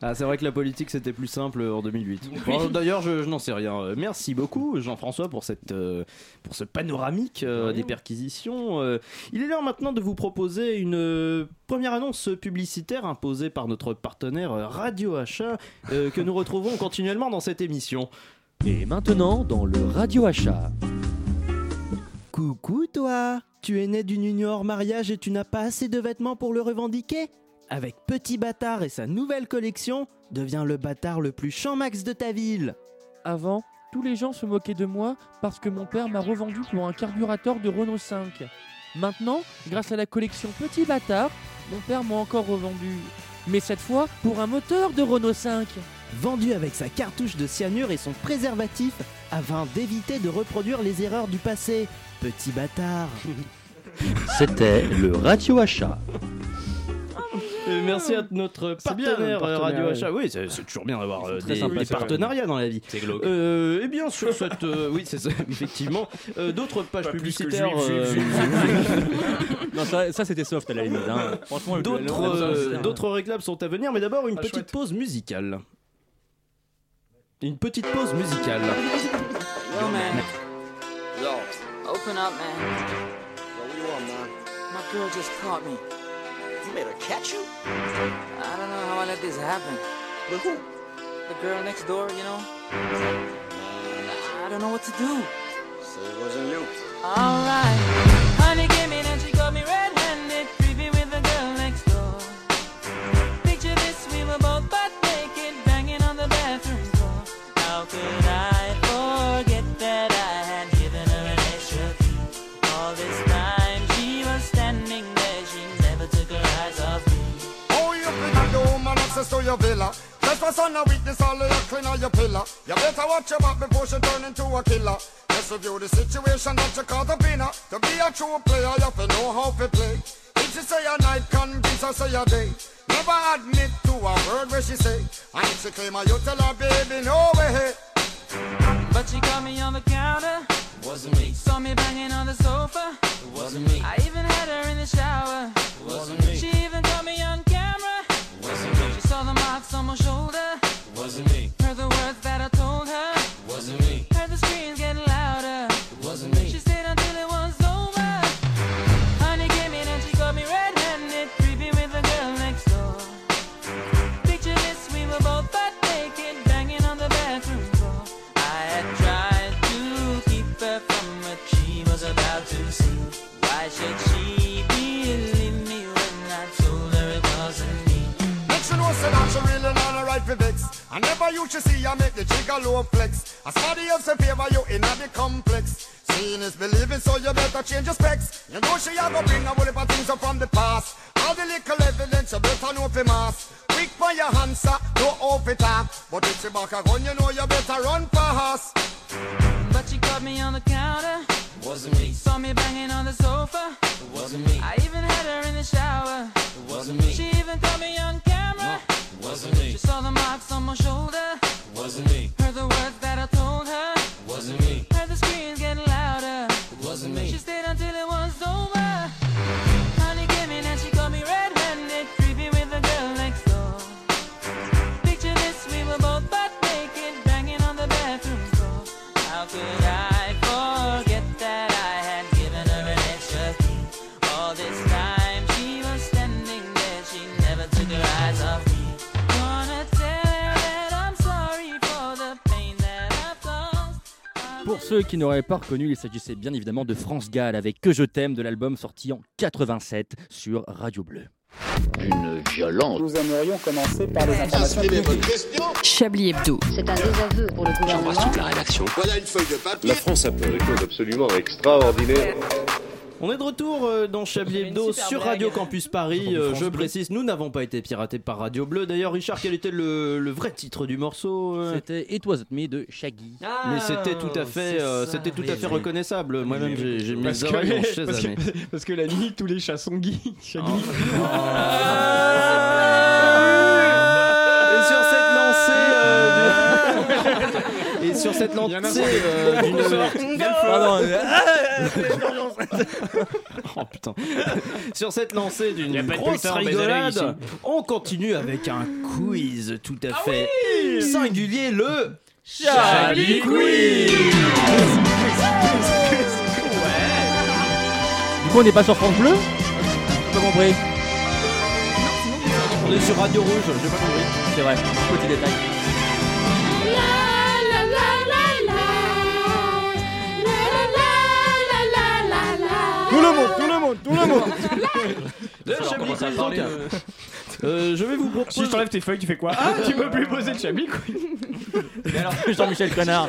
Speaker 5: Ah, c'est vrai que la politique c'était plus simple euh, en 2008. Bon, D'ailleurs, je, je n'en sais rien. Euh, Merci beaucoup, Jean-François, pour, cette, euh, pour ce panoramique euh, des perquisitions. Euh, il est l'heure maintenant de vous proposer une euh, première annonce publicitaire imposée par notre partenaire euh, Radio Achat euh, que nous retrouvons continuellement dans cette émission.
Speaker 14: Et maintenant, dans le radio achat.
Speaker 5: Coucou toi Tu es né d'une union hors mariage et tu n'as pas assez de vêtements pour le revendiquer Avec Petit Bâtard et sa nouvelle collection, deviens le bâtard le plus champ max de ta ville
Speaker 14: Avant, tous les gens se moquaient de moi parce que mon père m'a revendu pour un carburateur de Renault 5. Maintenant, grâce à la collection Petit Bâtard, mon père m'a encore revendu. Mais cette fois, pour un moteur de Renault 5.
Speaker 5: Vendu avec sa cartouche de cyanure et son préservatif afin d'éviter de reproduire les erreurs du passé. Petit bâtard
Speaker 14: C'était le radio achat.
Speaker 5: Euh, Merci à notre
Speaker 14: bien,
Speaker 5: partenaire, euh,
Speaker 14: partenaire,
Speaker 5: Radio
Speaker 14: ouais.
Speaker 5: Achat. Oui, c'est c'est toujours bien d'avoir euh,
Speaker 14: très
Speaker 5: des,
Speaker 14: sympas,
Speaker 5: des
Speaker 14: c'est vrai.
Speaker 5: partenariats dans la vie.
Speaker 3: C'est
Speaker 5: Euh, et bien sur cette, euh, oui, c'est ça, effectivement, euh, d'autres pages publicitaires. euh,
Speaker 4: non, ça, ça, c'était soft à la limite. hein. Franchement, le-
Speaker 5: D'autres
Speaker 4: le- hein.
Speaker 5: euh, d'autres réclames sont à venir, mais d'abord une petite pause musicale. Une petite pause musicale.
Speaker 9: Yo, man. Yo. Open up, man. What do you want, man? My girl just caught me. You made her catch you? I don't know how I let this happen. With who? The girl next door, you know? I don't know what to do.
Speaker 7: So it wasn't you.
Speaker 9: Alright. Honey came in and she caught me red-handed, creeping with the girl next door. Picture this, we were both butt naked, banging on the bathroom door. How could I forget that I had given her an extra key? All this time she was standing there, she never took her eyes off me.
Speaker 15: Oh, you think the woman access to your villa? Trespass on a weakness, all of your clean on your pillar. You better watch your back before she turn into a killer. Just review the situation that you call the winner. To be a true player, you have to know how to play. If she say a night, convince her say a day. Never admit to a word where she say. And if she claim her, you tell her, baby, no way.
Speaker 9: But she caught me on the counter. Wasn't me. Saw me banging on the sofa. It wasn't me. I even had her in the shower. It wasn't me. She even caught me on camera. It wasn't me. She saw the marks on my shoulder. It wasn't me. Heard the words that I told her. It wasn't me. Heard the screams getting louder. It wasn't me. She stayed until it was over. Honey came in and she caught me red-handed, creeping with the girl next door. Picture this, we were both butt naked, banging on the bathroom door. I had tried to keep her from what she was about to see. Why should she believe me when I told her it wasn't me?
Speaker 15: Make she know say that she really not a right for vex. I never you should see I make the jigger low flex. As somebody else in favor you in a the complex. Seeing is believing, so you better change your specs. You know she a go bring a whole heap of things up from the past. All the little evidence you better know for mass. Quick for your answer, no off it up. But if she back a gun, you know you better run fast.
Speaker 9: But she caught me on the counter. Wasn't me. Saw me banging on the sofa. It wasn't me. I even had her in the shower. It wasn't me. She even caught me on camera. It wasn't me. She saw the marks on my shoulder. It wasn't me. Heard the words that I told her. It wasn't me. Heard the screams getting louder. It wasn't me. She stayed until it was over. Honey came in and she caught me red-handed, creeping with the girl next door. Picture this, could I forget that I had given her an extra fee? All this time she was standing there, she never took her eyes off me. Gonna tell her that I'm sorry for the pain that I've caused.
Speaker 4: Pour ceux qui n'auraient pas reconnu, il s'agissait bien évidemment de France Gall avec Que je t'aime de l'album sorti en 87 sur Radio Bleu. Une violence.
Speaker 8: Nous aimerions commencer par les
Speaker 4: informations publiques.
Speaker 10: Chablis Hebdo.
Speaker 8: C'est un désaveu pour le gouvernement.
Speaker 7: la rédaction.
Speaker 8: Voilà une feuille de
Speaker 7: La France a fait des choses absolument extraordinaires.
Speaker 5: On est de retour euh, dans Chablis Hebdo sur Radio Campus Paris. Euh, je précise, nous n'avons pas été piratés par Radio Bleu. D'ailleurs, Richard, quel était Euh, le, le vrai titre du morceau euh
Speaker 4: C'était It Was Me de Shaggy.
Speaker 5: Mais c'était tout à fait, euh, c'était tout à fait reconnaissable. Moi-même, j'ai j'ai mis
Speaker 11: Parce
Speaker 5: les oreilles en
Speaker 11: que,
Speaker 5: chaise
Speaker 11: parce,
Speaker 5: à mes-
Speaker 11: que, parce que la nuit, tous les chats sont geeks. Chaque nuit.
Speaker 5: Ah. Et sur cette lancée, euh, de- et sur cette lancée euh, d'une- Pardon, euh,
Speaker 11: Ah,
Speaker 5: Oh putain. Sur cette lancée d'une
Speaker 1: pas de
Speaker 5: grosse
Speaker 1: Twitter, mais elle est
Speaker 5: rigolade,
Speaker 1: ici.
Speaker 5: on continue avec un quiz tout à fait singulier, le Ah Chablis
Speaker 4: Du coup, on n'est pas sur France Bleu Pas compris.
Speaker 5: On est sur Radio Rouge, j'ai pas compris.
Speaker 4: C'est vrai, petit détail.
Speaker 11: Tout le monde, tout le monde, tout le monde.
Speaker 5: Le Chablis Quiz, donc. Euh, je vais vous proposer.
Speaker 11: Si je t'enlève tes feuilles, tu fais quoi Ah, tu peux plus poser de chablis, quoi.
Speaker 4: Jean-Michel Connard.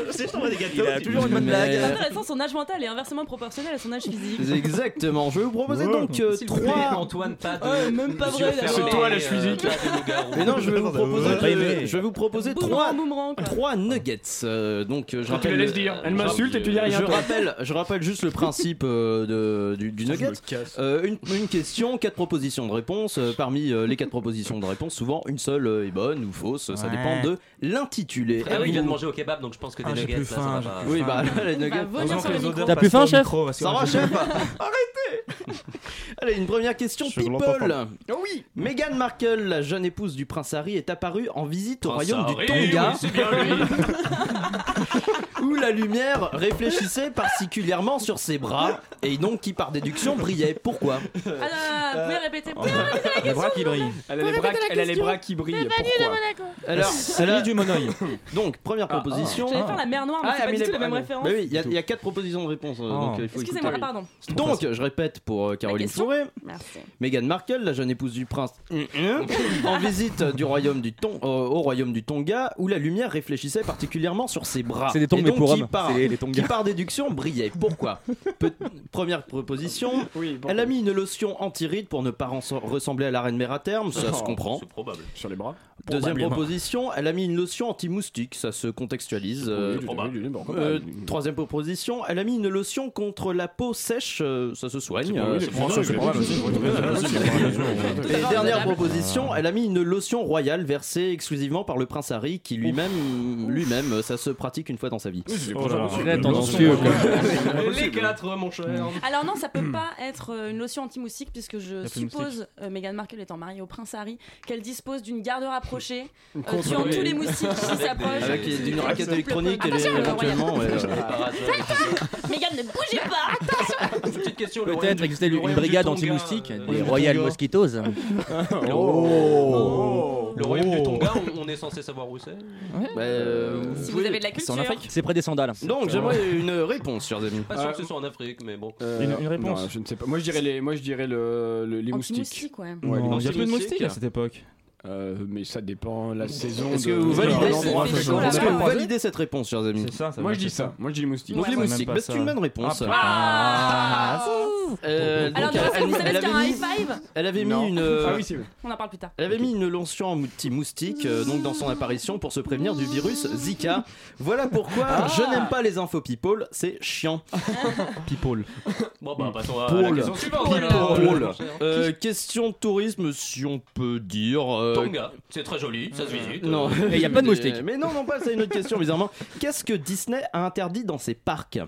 Speaker 5: Il a toujours une bonne
Speaker 2: C'est
Speaker 5: blague.
Speaker 2: intéressant, son âge mental est inversement proportionnel à son âge physique.
Speaker 5: Exactement, je vais vous proposer donc euh,
Speaker 2: S'il vous plaît,
Speaker 5: trois.
Speaker 3: Antoine, pas de.
Speaker 2: Ouais, même pas
Speaker 3: yeux
Speaker 2: vrai,
Speaker 3: fermés,
Speaker 2: d'accord. C'est toi, la
Speaker 3: euh,
Speaker 2: physique.
Speaker 3: pas de loup-garou.
Speaker 5: Mais non, je vais vous proposer, de- je vais vous proposer trois,
Speaker 2: Boomerang, boomerang, quoi.
Speaker 5: trois nuggets. euh, donc, euh, je
Speaker 11: Tu
Speaker 5: rappelle,
Speaker 11: la laisses dire. Elle m'insulte et tu dis rien,
Speaker 5: Je
Speaker 11: toi.
Speaker 5: rappelle, je rappelle juste le principe euh, de- du, du nugget. Euh, une, une question, quatre propositions de réponse. Euh, parmi euh, les quatre propositions de réponse, souvent une seule euh, est bonne ou fausse. Ça
Speaker 3: Ouais.
Speaker 5: dépend de l'intitulé.
Speaker 3: Ah oui, il vient de manger au kebab, donc je pense que des
Speaker 5: Ah, j'ai
Speaker 3: nuggets,
Speaker 5: plus
Speaker 3: là,
Speaker 5: faim,
Speaker 3: ça va
Speaker 5: j'ai
Speaker 3: pas.
Speaker 5: plus Oui, faim. bah, les nuggets. Heureusement que les odeurs
Speaker 4: T'as plus
Speaker 5: passent pas au
Speaker 4: faim, chef
Speaker 5: micro, parce que Ça va, j'ai- chef Allez, une première question,
Speaker 4: Je l'entends
Speaker 5: people.
Speaker 4: pas.
Speaker 5: oui. Meghan Markle, la jeune épouse du prince Harry, est apparue en visite au
Speaker 3: Prince
Speaker 5: royaume du
Speaker 3: Harry,
Speaker 5: Tonga.
Speaker 3: oui, c'est bien lui.
Speaker 5: où la lumière réfléchissait particulièrement sur ses bras et donc qui par déduction brillait. Pourquoi
Speaker 11: Oh,
Speaker 2: Ah là, vous pouvez répéter, vous pouvez répéter la question.
Speaker 5: Oh, qui brillent.
Speaker 11: Elle a, les bras, elle a les bras qui brillent. Pourquoi
Speaker 5: Alors,
Speaker 11: C'est
Speaker 5: elle a-
Speaker 11: du monoeil. Ah,
Speaker 5: Donc, première proposition.
Speaker 2: J'allais faire la mer Noire, mais c'est
Speaker 5: elle a
Speaker 2: pas
Speaker 5: mis
Speaker 2: du tout la
Speaker 5: les-
Speaker 2: même
Speaker 5: ah, non.
Speaker 2: référence.
Speaker 5: Bah oui, il y a- il y, a quatre propositions de réponse.
Speaker 11: Ah.
Speaker 5: euh,
Speaker 2: Oh.
Speaker 5: donc, euh, il faut
Speaker 2: Excusez-moi,
Speaker 5: écouter.
Speaker 2: ah, pardon.
Speaker 5: Donc, je répète pour euh, Caroline Fourré.
Speaker 2: Merci.
Speaker 5: Meghan Markle, la jeune épouse du prince, hum, en visite du royaume du Ton- euh, au royaume du Tonga, où la lumière réfléchissait particulièrement sur ses bras.
Speaker 4: C'est des tongs,
Speaker 5: Et
Speaker 4: mais
Speaker 5: donc,
Speaker 4: pour
Speaker 5: qui
Speaker 4: hommes.
Speaker 5: par,
Speaker 4: C'est les- les tongs.
Speaker 5: qui par déduction brillait. Pourquoi Pe- Première proposition. Elle a mis une lotion anti-ride pour ne pas ren- ressembler à la reine mère à terme. Ça se
Speaker 3: Oh,
Speaker 5: comprend.
Speaker 3: C'est probable.
Speaker 11: Sur les bras.
Speaker 5: Deuxième
Speaker 3: Probablement.
Speaker 5: proposition, elle a mis une lotion anti-moustique, ça se contextualise. euh,
Speaker 3: oui, oui, oui, oui, bon,
Speaker 5: euh,
Speaker 3: bah, oui.
Speaker 5: troisième proposition, elle a mis une lotion contre la peau sèche, euh, ça se soigne.
Speaker 3: bon, oui,
Speaker 5: euh, c'est
Speaker 3: oui,
Speaker 5: bon,
Speaker 3: oui,
Speaker 5: ça,
Speaker 3: oui,
Speaker 5: c'est
Speaker 3: oui,
Speaker 5: pas mal
Speaker 3: oui,
Speaker 5: aussi.
Speaker 3: oui, oui, oui, oui, oui,
Speaker 5: Et
Speaker 3: oui.
Speaker 5: dernière proposition, elle a mis une lotion royale versée exclusivement par le prince Harry, qui lui-même, lui-même, ça se pratique une fois dans sa vie.
Speaker 3: c'est
Speaker 4: Oh là là, très tendancieux,
Speaker 3: quoi. Les quatre, mon cher.
Speaker 2: Alors non, ça
Speaker 5: Hmm.
Speaker 2: peut pas être euh, une lotion anti-moustique puisque
Speaker 3: a
Speaker 2: je
Speaker 3: plus de
Speaker 2: suppose, euh, Meghan Markle étant mariée au prince Harry, qu'elle dispose d'une garde rapprochée euh,
Speaker 5: Contre
Speaker 2: tuant
Speaker 5: les-
Speaker 2: tous les moustiques qui
Speaker 5: Avec
Speaker 2: s'approchent.
Speaker 5: des- avec des- d'une raquette électronique, elle est
Speaker 2: Attention, le royal.
Speaker 5: éventuellement, ouais, euh,
Speaker 2: Meghan, ne bougez pas
Speaker 3: Petite question. le royaume
Speaker 4: Peut-être
Speaker 3: du-
Speaker 4: existait
Speaker 3: le
Speaker 4: une
Speaker 3: royaume du
Speaker 4: brigade
Speaker 3: Tonga,
Speaker 4: anti-moustique,
Speaker 3: euh,
Speaker 4: les
Speaker 3: le
Speaker 4: Royal
Speaker 3: Tonga. Oh.
Speaker 4: Mosquitoes. Oh.
Speaker 3: Le royaume du Tonga, on- on est censé savoir où c'est.
Speaker 5: Bah, euh,
Speaker 2: Si vous avez de la culture.
Speaker 4: C'est près des sandales.
Speaker 5: Donc, j'aimerais une réponse, chers amis.
Speaker 3: euh, Pas sûr que ce soit en Afrique, mais bon.
Speaker 11: Euh, non, Je ne sais pas. Moi, je dirais les, moi, je dirais le, le- les moustiques.
Speaker 2: Anti-moustiques, ouais.
Speaker 11: Ouais, les
Speaker 16: Non, il y a
Speaker 11: moustiques.
Speaker 16: peu de moustiques à cette époque.
Speaker 11: Euh, mais ça dépend la saison.
Speaker 5: Est-ce
Speaker 11: de-
Speaker 5: que vous
Speaker 11: de
Speaker 5: validez,
Speaker 11: l'endroit.
Speaker 5: est-ce que vous validez cette réponse, chers amis
Speaker 11: Moi, je dis ça. Moi, je dis les moustiques.
Speaker 5: Donc les moustiques, bah, c'est une bonne réponse.
Speaker 2: Ah
Speaker 5: Euh, donc,
Speaker 2: Alors, de toute façon, vous savez ce
Speaker 5: avait
Speaker 2: qu'il y a un
Speaker 5: mis-
Speaker 2: high five
Speaker 5: elle avait mis
Speaker 2: Non.
Speaker 5: une. euh,
Speaker 2: Ah oui, c'est vrai. On en parle plus tard.
Speaker 5: Elle avait mis une lotion en petit moustique euh, donc dans son apparition pour se prévenir du virus Zika. Voilà pourquoi je n'aime pas les infos people, c'est chiant. people.
Speaker 3: Bon, bah, passons à la
Speaker 5: People.
Speaker 3: question suivante. alors.
Speaker 5: People. Euh, question tourisme si on peut dire. euh,
Speaker 3: Tonga, c'est très joli, ça se visite.
Speaker 5: Non,
Speaker 3: Euh,
Speaker 5: Mais, mais non, non pas. C'est une autre question bizarrement. Qu'est-ce que Disney a interdit dans ses parcs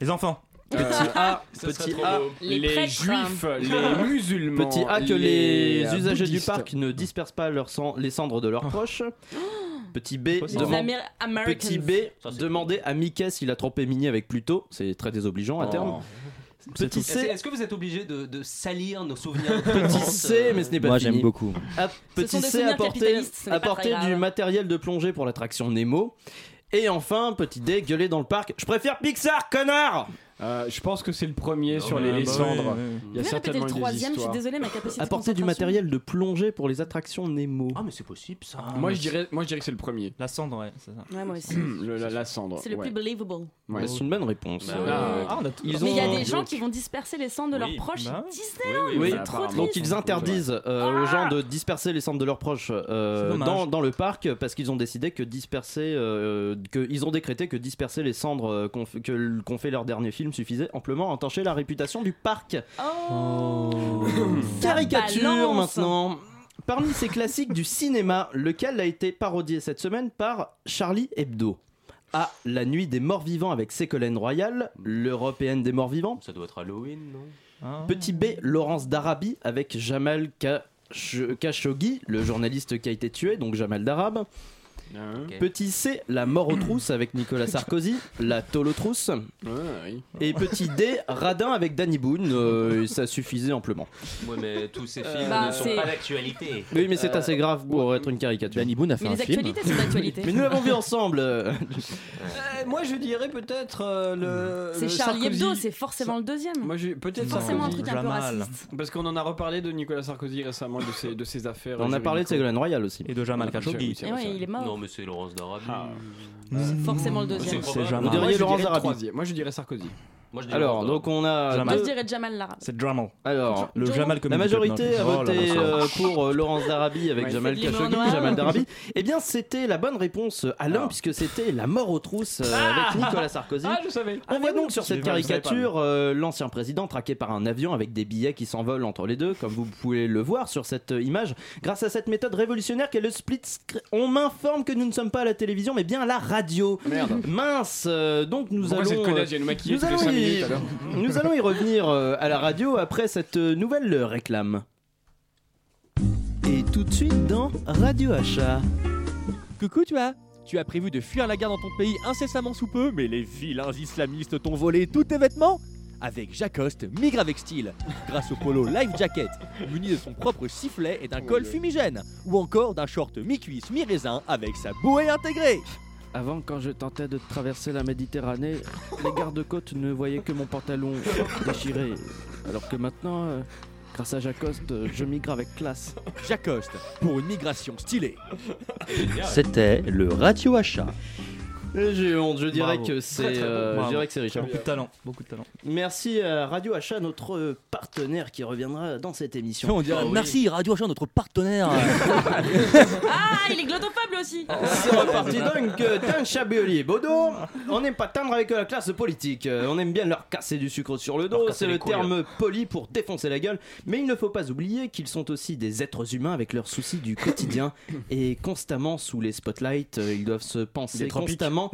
Speaker 5: Les enfants. Petit A,
Speaker 11: Ça Euh, ah, serait
Speaker 5: petit
Speaker 11: trop
Speaker 5: A,
Speaker 11: beau. Les Les prêtres, juifs, hein. les musulmans,
Speaker 5: Petit A que
Speaker 11: les,
Speaker 5: les,
Speaker 11: euh,
Speaker 5: usagers du
Speaker 11: bouddhistes. Oh.
Speaker 5: parc ne dispersent pas leurs sang- les cendres de leurs proches. Petit B,
Speaker 2: Possible.
Speaker 5: demande-
Speaker 2: Les Amer- Americans.
Speaker 5: petit B demandez à Mickey s'il a trompé Minnie avec Pluto. C'est très désobligeant à
Speaker 3: Oh.
Speaker 5: terme. Petit
Speaker 3: Est-ce
Speaker 5: C,
Speaker 3: est-ce que vous êtes obligé de, de salir nos souvenirs euh,
Speaker 5: petit C, mais ce n'est pas
Speaker 4: Moi,
Speaker 5: fini.
Speaker 4: j'aime beaucoup.
Speaker 5: Ah,
Speaker 3: Ce
Speaker 5: petit
Speaker 3: sont des
Speaker 5: C,
Speaker 3: souvenirs
Speaker 5: apporter,
Speaker 3: capitalistes, ce n'est pas
Speaker 5: apporter
Speaker 3: très grave.
Speaker 5: du matériel de plongée pour l'attraction Nemo. Et enfin, petit D, gueuler dans le parc. Je préfère Pixar, connard
Speaker 11: Euh, Je pense que c'est le premier sur les
Speaker 5: bah oui,
Speaker 11: Lésandres.
Speaker 5: oui, oui.
Speaker 11: Il y a
Speaker 2: Vous pouvez répéter
Speaker 11: certainement
Speaker 2: le
Speaker 11: eu des
Speaker 2: troisième, je suis
Speaker 11: histoires.
Speaker 2: désolée, ma capacité de
Speaker 5: Apporter du
Speaker 2: concentration.
Speaker 5: matériel de plongée pour les attractions Nemo. Ah,
Speaker 3: mais c'est possible ça.
Speaker 11: Moi je, dirais, moi je dirais que c'est le premier.
Speaker 1: La cendre, ouais, c'est ça.
Speaker 2: Ouais, moi aussi.
Speaker 11: Le- la, la cendre.
Speaker 2: C'est le
Speaker 11: ouais.
Speaker 2: plus believable.
Speaker 5: Ouais, C'est une bonne réponse.
Speaker 11: Bah, Ah,
Speaker 5: Euh,
Speaker 11: on a tout-
Speaker 5: ils
Speaker 2: Mais il y a
Speaker 5: ont-
Speaker 2: des gens qui vont disperser les cendres de
Speaker 5: Oui.
Speaker 2: leurs proches.
Speaker 5: Bah
Speaker 2: Disneyland,
Speaker 5: Oui,
Speaker 2: c'est trop triste. Ah
Speaker 5: donc ils interdisent euh, aux gens de disperser les cendres de leurs proches euh,
Speaker 1: C'est dommage.
Speaker 5: dans, dans le parc parce qu'ils ont décidé que disperser, euh, que ils ont décrété que disperser les cendres euh, qu'on f- que l- qu'ont fait leur dernier film suffisait amplement à entacher la réputation du parc.
Speaker 2: Oh.
Speaker 5: Oh. Caricature
Speaker 11: balance.
Speaker 5: maintenant. Parmi ces classiques du cinéma, lequel a été parodié cette semaine par Charlie Hebdo A. La nuit des morts vivants avec Ségolène Royal, l'européenne des morts vivants.
Speaker 3: Ça doit être Halloween, non
Speaker 11: Hein
Speaker 5: Petit B, Laurence Darabi avec Jamal Kash- Khashoggi, le journaliste qui a été tué, donc Jamal Darab. Ah. Petit C, la mort aux trousses avec Nicolas Sarkozy, la tôle aux trousses. Et petit D, Radin avec Danny Boone, euh, et ça suffisait amplement.
Speaker 3: Ouais, mais tous ces films
Speaker 5: Bah,
Speaker 3: ne sont
Speaker 5: c'est- Euh,
Speaker 3: pas d'actualité.
Speaker 5: Oui, mais c'est assez grave pour être une caricature. Danny Boone a
Speaker 3: fait Mais un les film. actualités, c'est l'actualité.
Speaker 5: Euh, mais nous l'avons vu ensemble. euh,
Speaker 11: Euh, moi je dirais peut-être euh, le.
Speaker 2: C'est
Speaker 11: le
Speaker 2: Charlie
Speaker 11: Sarkozy.
Speaker 2: Hebdo, c'est forcément le deuxième.
Speaker 11: Moi, j'ai peut-être
Speaker 2: forcément un
Speaker 11: Sarkozy.
Speaker 2: truc un peu raciste.
Speaker 11: Parce qu'on en a reparlé de Nicolas Sarkozy récemment, de ses, de ses affaires.
Speaker 5: On a parlé de Ah. Ségolène Royal aussi.
Speaker 1: Et de Jamal
Speaker 3: Ah,
Speaker 11: Khashoggi.
Speaker 2: Et ouais, il est mort.
Speaker 3: Non, mais c'est Laurence d'Arabie.
Speaker 2: forcément le deuxième.
Speaker 3: C'est probable.
Speaker 5: Vous diriez Laurence Darabi.
Speaker 11: Moi je dirais Sarkozy.
Speaker 3: Moi, je dirais
Speaker 5: Alors,
Speaker 3: Laurence
Speaker 5: donc on a.
Speaker 2: Moi,
Speaker 5: Ah, deux-
Speaker 2: je dirais Jamal Lara.
Speaker 1: C'est Jamal.
Speaker 5: Alors,
Speaker 1: Le Jamal
Speaker 5: la
Speaker 1: Community
Speaker 5: majorité a
Speaker 1: Club, non. Oh là là,
Speaker 5: voté
Speaker 1: ça
Speaker 5: euh,
Speaker 1: marche.
Speaker 5: pour euh, Laurence Darabi avec
Speaker 1: Ouais,
Speaker 5: Jamal
Speaker 1: c'est de l'humour
Speaker 5: Khashoggi.
Speaker 1: noir.
Speaker 5: Jamal Darabi. Eh bien, c'était la bonne réponse, euh, Alain, puisque c'était la mort aux trousses euh,
Speaker 1: Ah.
Speaker 5: avec Nicolas Sarkozy.
Speaker 11: Ah, je savais.
Speaker 5: On voit donc sur
Speaker 11: Je
Speaker 5: cette
Speaker 11: savais pas, je savais pas,
Speaker 5: caricature euh, l'ancien président traqué par un avion avec des billets qui s'envolent entre les deux, comme vous pouvez le voir sur cette euh, image. Grâce à cette méthode révolutionnaire qu'est le split screen, on m'informe que nous ne sommes pas à la télévision, mais bien à la radio.
Speaker 11: Merde.
Speaker 5: Mince, euh, donc nous
Speaker 11: Pourquoi
Speaker 5: allons.
Speaker 11: cette connasse
Speaker 5: euh,
Speaker 11: vient nous maquiller
Speaker 5: nous
Speaker 11: toutes les
Speaker 5: allons
Speaker 11: cinq
Speaker 5: y-
Speaker 11: minutes, alors
Speaker 5: nous allons y revenir euh, à la radio après cette euh, nouvelle euh, réclame. Et tout de suite dans Radio Achat.
Speaker 14: Coucou toi Tu as prévu de fuir la guerre dans ton pays incessamment sous peu, mais les vilains islamistes t'ont volé tous tes vêtements Avec Jacoste, migre avec style, grâce au polo Life Jacket, muni de son propre sifflet et d'un
Speaker 5: Oh
Speaker 14: col fumigène, ou encore d'un short mi-cuisse, mi-raisin avec sa bouée intégrée
Speaker 5: Avant, quand je tentais de traverser la Méditerranée, les gardes-côtes ne voyaient que mon pantalon déchiré. Alors que maintenant, euh, grâce à Jacoste, euh, je migre avec classe.
Speaker 14: Jacoste, pour une migration stylée
Speaker 4: C'était le Radio Achat.
Speaker 5: Eh, J'ai honte, je dirais
Speaker 1: Bravo.
Speaker 5: que c'est
Speaker 1: Très, très bon.
Speaker 5: euh, je
Speaker 1: Bravo.
Speaker 5: dirais que c'est Richard.
Speaker 1: Beaucoup de talent, beaucoup de talent.
Speaker 5: Merci à Radio Achat, notre euh, partenaire qui reviendra dans cette émission. Ah
Speaker 4: On dirait, Merci Radio Achat, notre partenaire.
Speaker 2: Ah, il est glotophobe lui aussi.
Speaker 5: Ah, C'est reparti donc euh, d'un Chabelier Baudot. On n'aime pas teindre avec la classe politique. Euh, On aime bien leur casser du sucre sur le dos.
Speaker 3: casser
Speaker 5: C'est
Speaker 3: les
Speaker 5: le
Speaker 3: couilles.
Speaker 1: hein.
Speaker 5: terme poli pour défoncer la gueule. Mais il ne faut pas oublier qu'ils sont aussi des êtres humains avec leurs soucis du quotidien. Et constamment sous les spotlights, euh, ils doivent se penser
Speaker 1: Des tropiques. Ah,
Speaker 5: constamment.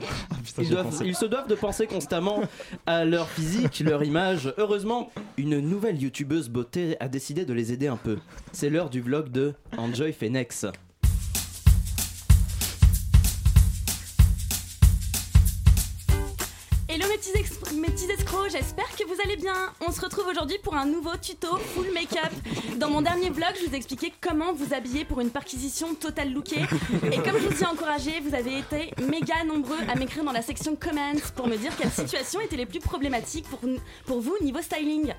Speaker 1: putain,
Speaker 5: ils,
Speaker 1: j'ai
Speaker 5: doivent-
Speaker 1: pensé.
Speaker 5: ils se doivent de penser constamment à leur physique, leur image. Heureusement, une nouvelle youtubeuse beauté a décidé de les aider un peu. C'est l'heure du vlog de Enjoy Phoenix.
Speaker 2: Hello mes petits, ex- mes petits escrocs, j'espère que vous allez bien. On se retrouve aujourd'hui pour un nouveau tuto full make-up. Dans mon dernier vlog, je vous expliquais comment vous habiller pour une perquisition totale lookée. Et comme je vous y ai encouragé, vous avez été méga nombreux à m'écrire dans la section comments pour me dire quelles situations étaient les plus problématiques pour, pour vous niveau styling.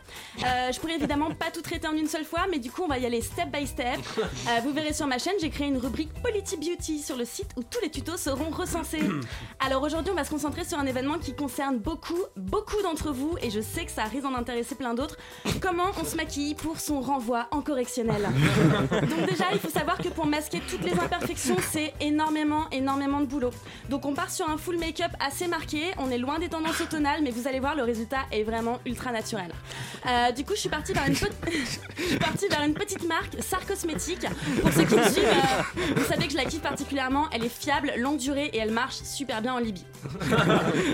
Speaker 2: Euh, je pourrais évidemment pas tout traiter en une seule fois, mais du coup, on va y aller step by step. Euh, vous verrez sur ma chaîne, j'ai créé une rubrique Polity Beauty sur le site où tous les tutos seront recensés. Alors aujourd'hui, on va se concentrer sur un événement qui concerne beaucoup, beaucoup d'entre vous et je sais que ça risque d'en intéresser plein d'autres. Comment on se maquille pour son renvoi en correctionnel Donc déjà, il faut savoir que pour masquer toutes les imperfections, c'est énormément, énormément de boulot. Donc on part sur un full make-up assez marqué, on est loin des tendances automnales, mais vous allez voir, le résultat est vraiment ultra naturel. Euh, du coup, je suis partie vers une, pe- je suis partie vers une petite marque, Sar Cosmétique. Pour ceux qui me suivent, euh, vous savez que je la kiffe particulièrement, elle est fiable, longue durée et elle marche super bien en Libye.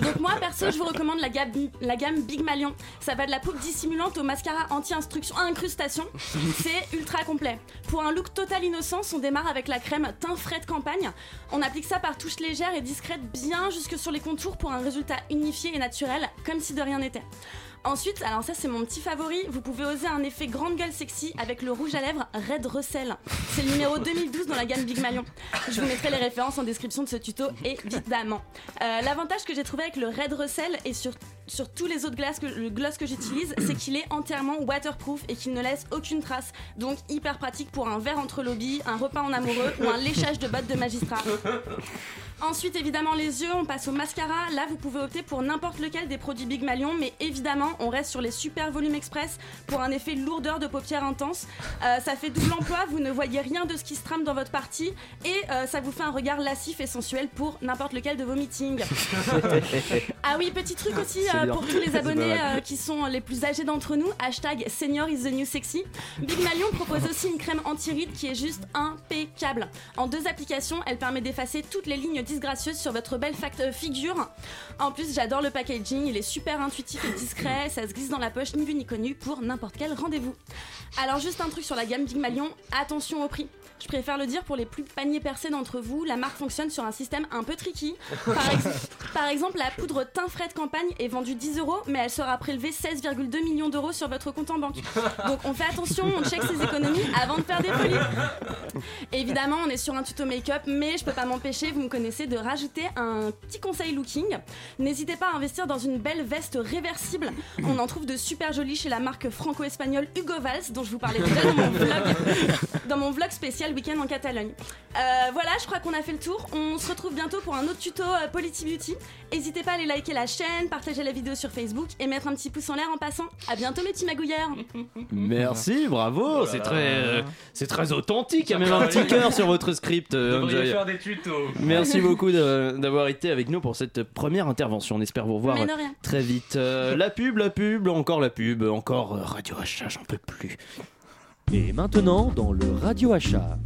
Speaker 2: Donc moi, perso, perso, je vous recommande la gamme, la gamme Big Malion. Ça va de la poupe dissimulante au mascara anti-instruction incrustation. C'est ultra complet. Pour un look total innocence, on démarre avec la crème teint frais de campagne. On applique ça par touches légères et discrètes bien jusque sur les contours pour un résultat unifié et naturel, comme si de rien n'était. Ensuite, alors ça c'est mon petit favori, vous pouvez oser un effet grande gueule sexy avec le rouge à lèvres Red Russell. C'est le numéro 2012 dans la gamme Big Malion. Je vous mettrai les références en description de ce tuto, évidemment. Euh, L'avantage que j'ai trouvé avec le Red Russell et sur, sur tous les autres glaces que, le gloss que j'utilise, c'est qu'il est entièrement waterproof et qu'il ne laisse aucune trace. Donc hyper pratique pour un verre entre lobby, un repas en amoureux ou un léchage de bottes de magistrat. Ensuite, évidemment, les yeux, on passe au mascara. Là, vous pouvez opter pour n'importe lequel des produits Big Malion, mais évidemment, on reste sur les super volumes express pour un effet lourdeur de paupières intense. Euh, ça fait double emploi, vous ne voyez rien de ce qui se trame dans votre partie et euh, ça vous fait un regard lascif et sensuel pour n'importe lequel de vos meetings. Ah oui, petit truc aussi
Speaker 9: C'est
Speaker 2: euh,
Speaker 9: bien.
Speaker 2: pour tous les
Speaker 9: C'est
Speaker 2: abonnés
Speaker 9: pas mal.
Speaker 2: euh, qui sont les plus âgés d'entre nous. Hashtag senior is the new sexy. Big Malion propose aussi une crème anti-rides qui est juste impeccable. En deux applications, elle permet d'effacer toutes les lignes disgracieuses sur votre belle fact- euh, figure. En plus, j'adore le packaging. Il est super intuitif et discret. Ça se glisse dans la poche, ni vu ni connu, pour n'importe quel rendez-vous. Alors juste un truc sur la gamme Big Malion. Attention au prix. Je préfère le dire pour les plus paniers percés d'entre vous, la marque fonctionne sur un système un peu tricky. Par, ex- par exemple, la poudre teint frais de campagne est vendue 10 euros, mais elle sera prélevée 16,2 millions d'euros sur votre compte en banque. Donc on fait attention, on check ses économies avant de faire des folies. Évidemment, on est sur un tuto make-up, mais je peux pas m'empêcher, vous me connaissez, de rajouter un petit conseil looking. N'hésitez pas à investir dans une belle veste réversible. On en trouve de super jolies chez la marque franco-espagnole Hugo Valls, dont je vous parlais déjà dans mon vlog, dans mon vlog spécial week-end en Catalogne. Euh, voilà, je crois qu'on a fait le tour. On se retrouve bientôt pour un autre tuto euh, Polity Beauty. N'hésitez pas à aller liker la chaîne, partager la vidéo sur Facebook et mettre un petit pouce en l'air en passant. À bientôt mes petits magouilleurs.
Speaker 3: Mhm.
Speaker 5: Merci, bravo, c'est
Speaker 3: là
Speaker 5: très,
Speaker 3: là.
Speaker 5: euh, c'est très authentique. Il y a même un petit cœur sur votre script. euh,
Speaker 3: Vous
Speaker 5: Homjoy.
Speaker 3: faire des tutos.
Speaker 5: Merci beaucoup de- d'avoir été avec nous pour cette première intervention. On espère vous revoir
Speaker 3: Mais de
Speaker 5: euh,
Speaker 3: rien.
Speaker 5: très vite. Euh, la pub, la pub, encore la pub, encore euh, Radio Achat, j'en peux plus.
Speaker 4: Et maintenant, dans le Radio Achat.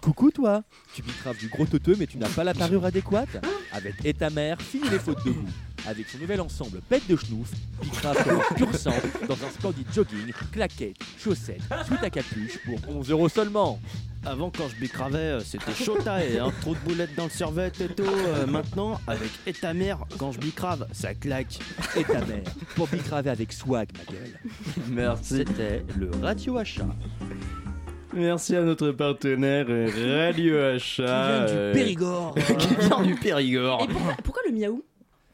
Speaker 4: Coucou toi Tu bitraves du gros teuteux mais tu n'as pas la parure adéquate Avec Et ta mère, fini les fautes de goût. Avec son nouvel ensemble pète de schnouf, bicrave comme un pur sang dans un splendide jogging, claquettes, chaussettes, sous à capuche pour 11 euros seulement.
Speaker 5: Avant quand je bicravais, euh, c'était chaud taille, hein, trop de boulettes dans le survêt et tout. Euh, maintenant, avec et ta mère, quand je bicrave, ça claque.
Speaker 4: Et ta mère, pour bicraver avec swag ma gueule.
Speaker 5: Merci.
Speaker 4: C'était le Radio Achat.
Speaker 5: Merci à notre partenaire euh, Radio Achat.
Speaker 4: Qui vient du
Speaker 5: euh,
Speaker 4: Périgord.
Speaker 5: qui vient du Périgord.
Speaker 2: Et pourquoi, pourquoi le miaou